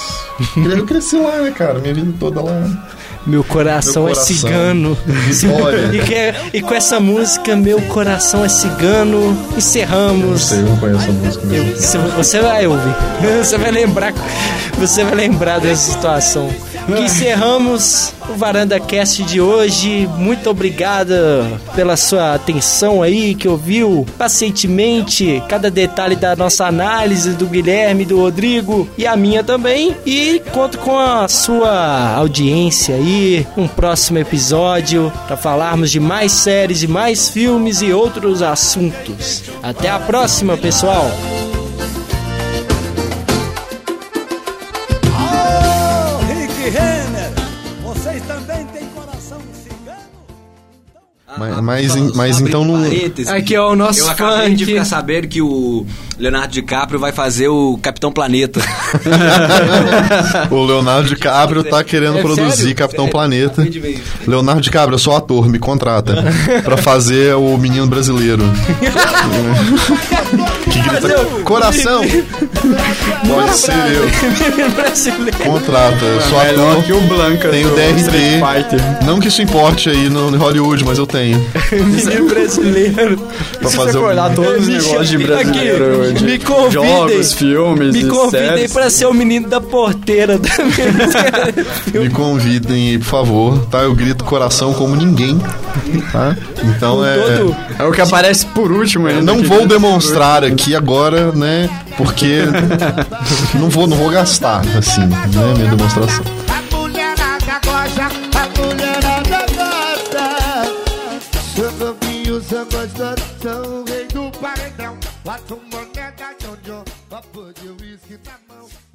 Speaker 3: eu cresci lá, né, cara? Minha vida toda lá.
Speaker 1: Meu coração,
Speaker 3: Meu
Speaker 1: é
Speaker 3: coração.
Speaker 1: cigano. E,
Speaker 3: Vitória.
Speaker 1: que- é- e com essa música, Meu Coração é Cigano,
Speaker 3: Não
Speaker 1: encerramos.
Speaker 3: sei, eu não conheço a música mesmo.
Speaker 1: Eu- se- Você vai ouvir. Você vai lembrar. Você vai lembrar dessa situação. que encerramos o Varanda Cast de hoje. Muito obrigada pela sua atenção aí, que ouviu pacientemente cada detalhe da nossa análise, do Guilherme, do Rodrigo e a minha também. E conto com a sua audiência aí, um próximo episódio para falarmos de mais séries, de mais filmes e outros assuntos. Até a próxima, pessoal!
Speaker 11: Oh, Rick Renner, vocês também têm coração cigano?
Speaker 13: Então,
Speaker 3: Mas, mas, en- mas então não.
Speaker 1: Aqui é o nosso
Speaker 13: Eu acabei de
Speaker 1: funk.
Speaker 13: ficar sabendo que o Leonardo DiCaprio vai fazer o Capitão Planeta.
Speaker 3: o Leonardo DiCaprio tá querendo
Speaker 13: É
Speaker 3: produzir
Speaker 13: sério?
Speaker 3: Capitão
Speaker 13: Sério?
Speaker 3: Planeta. Leonardo DiCaprio, eu sou ator, me contrata. pra fazer o menino brasileiro. que grita. Coração! Pode ser eu. Contrata, eu sou ator.
Speaker 2: que o Blanca
Speaker 3: Tenho
Speaker 2: do Street
Speaker 3: DRT. Não que isso importe aí no em Hollywood, mas eu tenho.
Speaker 1: Menino brasileiro. é
Speaker 3: Pra fazer
Speaker 2: você
Speaker 3: um-
Speaker 2: for olhar todos os
Speaker 3: Me
Speaker 2: negócios de
Speaker 3: chama-
Speaker 2: brasileiro,
Speaker 3: aqui,
Speaker 2: de
Speaker 1: me convidem.
Speaker 2: jogos, filmes,
Speaker 1: Me
Speaker 2: e
Speaker 1: convidem
Speaker 2: séries.
Speaker 1: pra ser o menino da porteira também.
Speaker 3: Me convidem aí, por favor, tá? Eu grito coração como ninguém, tá? Então é...
Speaker 2: todo-
Speaker 3: É o que aparece por último ainda. Não
Speaker 2: que
Speaker 3: vou
Speaker 2: grita
Speaker 3: demonstrar aqui agora, né? Porque não vou, não vou gastar, assim, né? Minha demonstração.
Speaker 11: mulherada gosta, a mulherada gosta. Sandovinho, sangostoso, são o rei do paredão. Bota um boné da Jojo, copo de uísque na mão.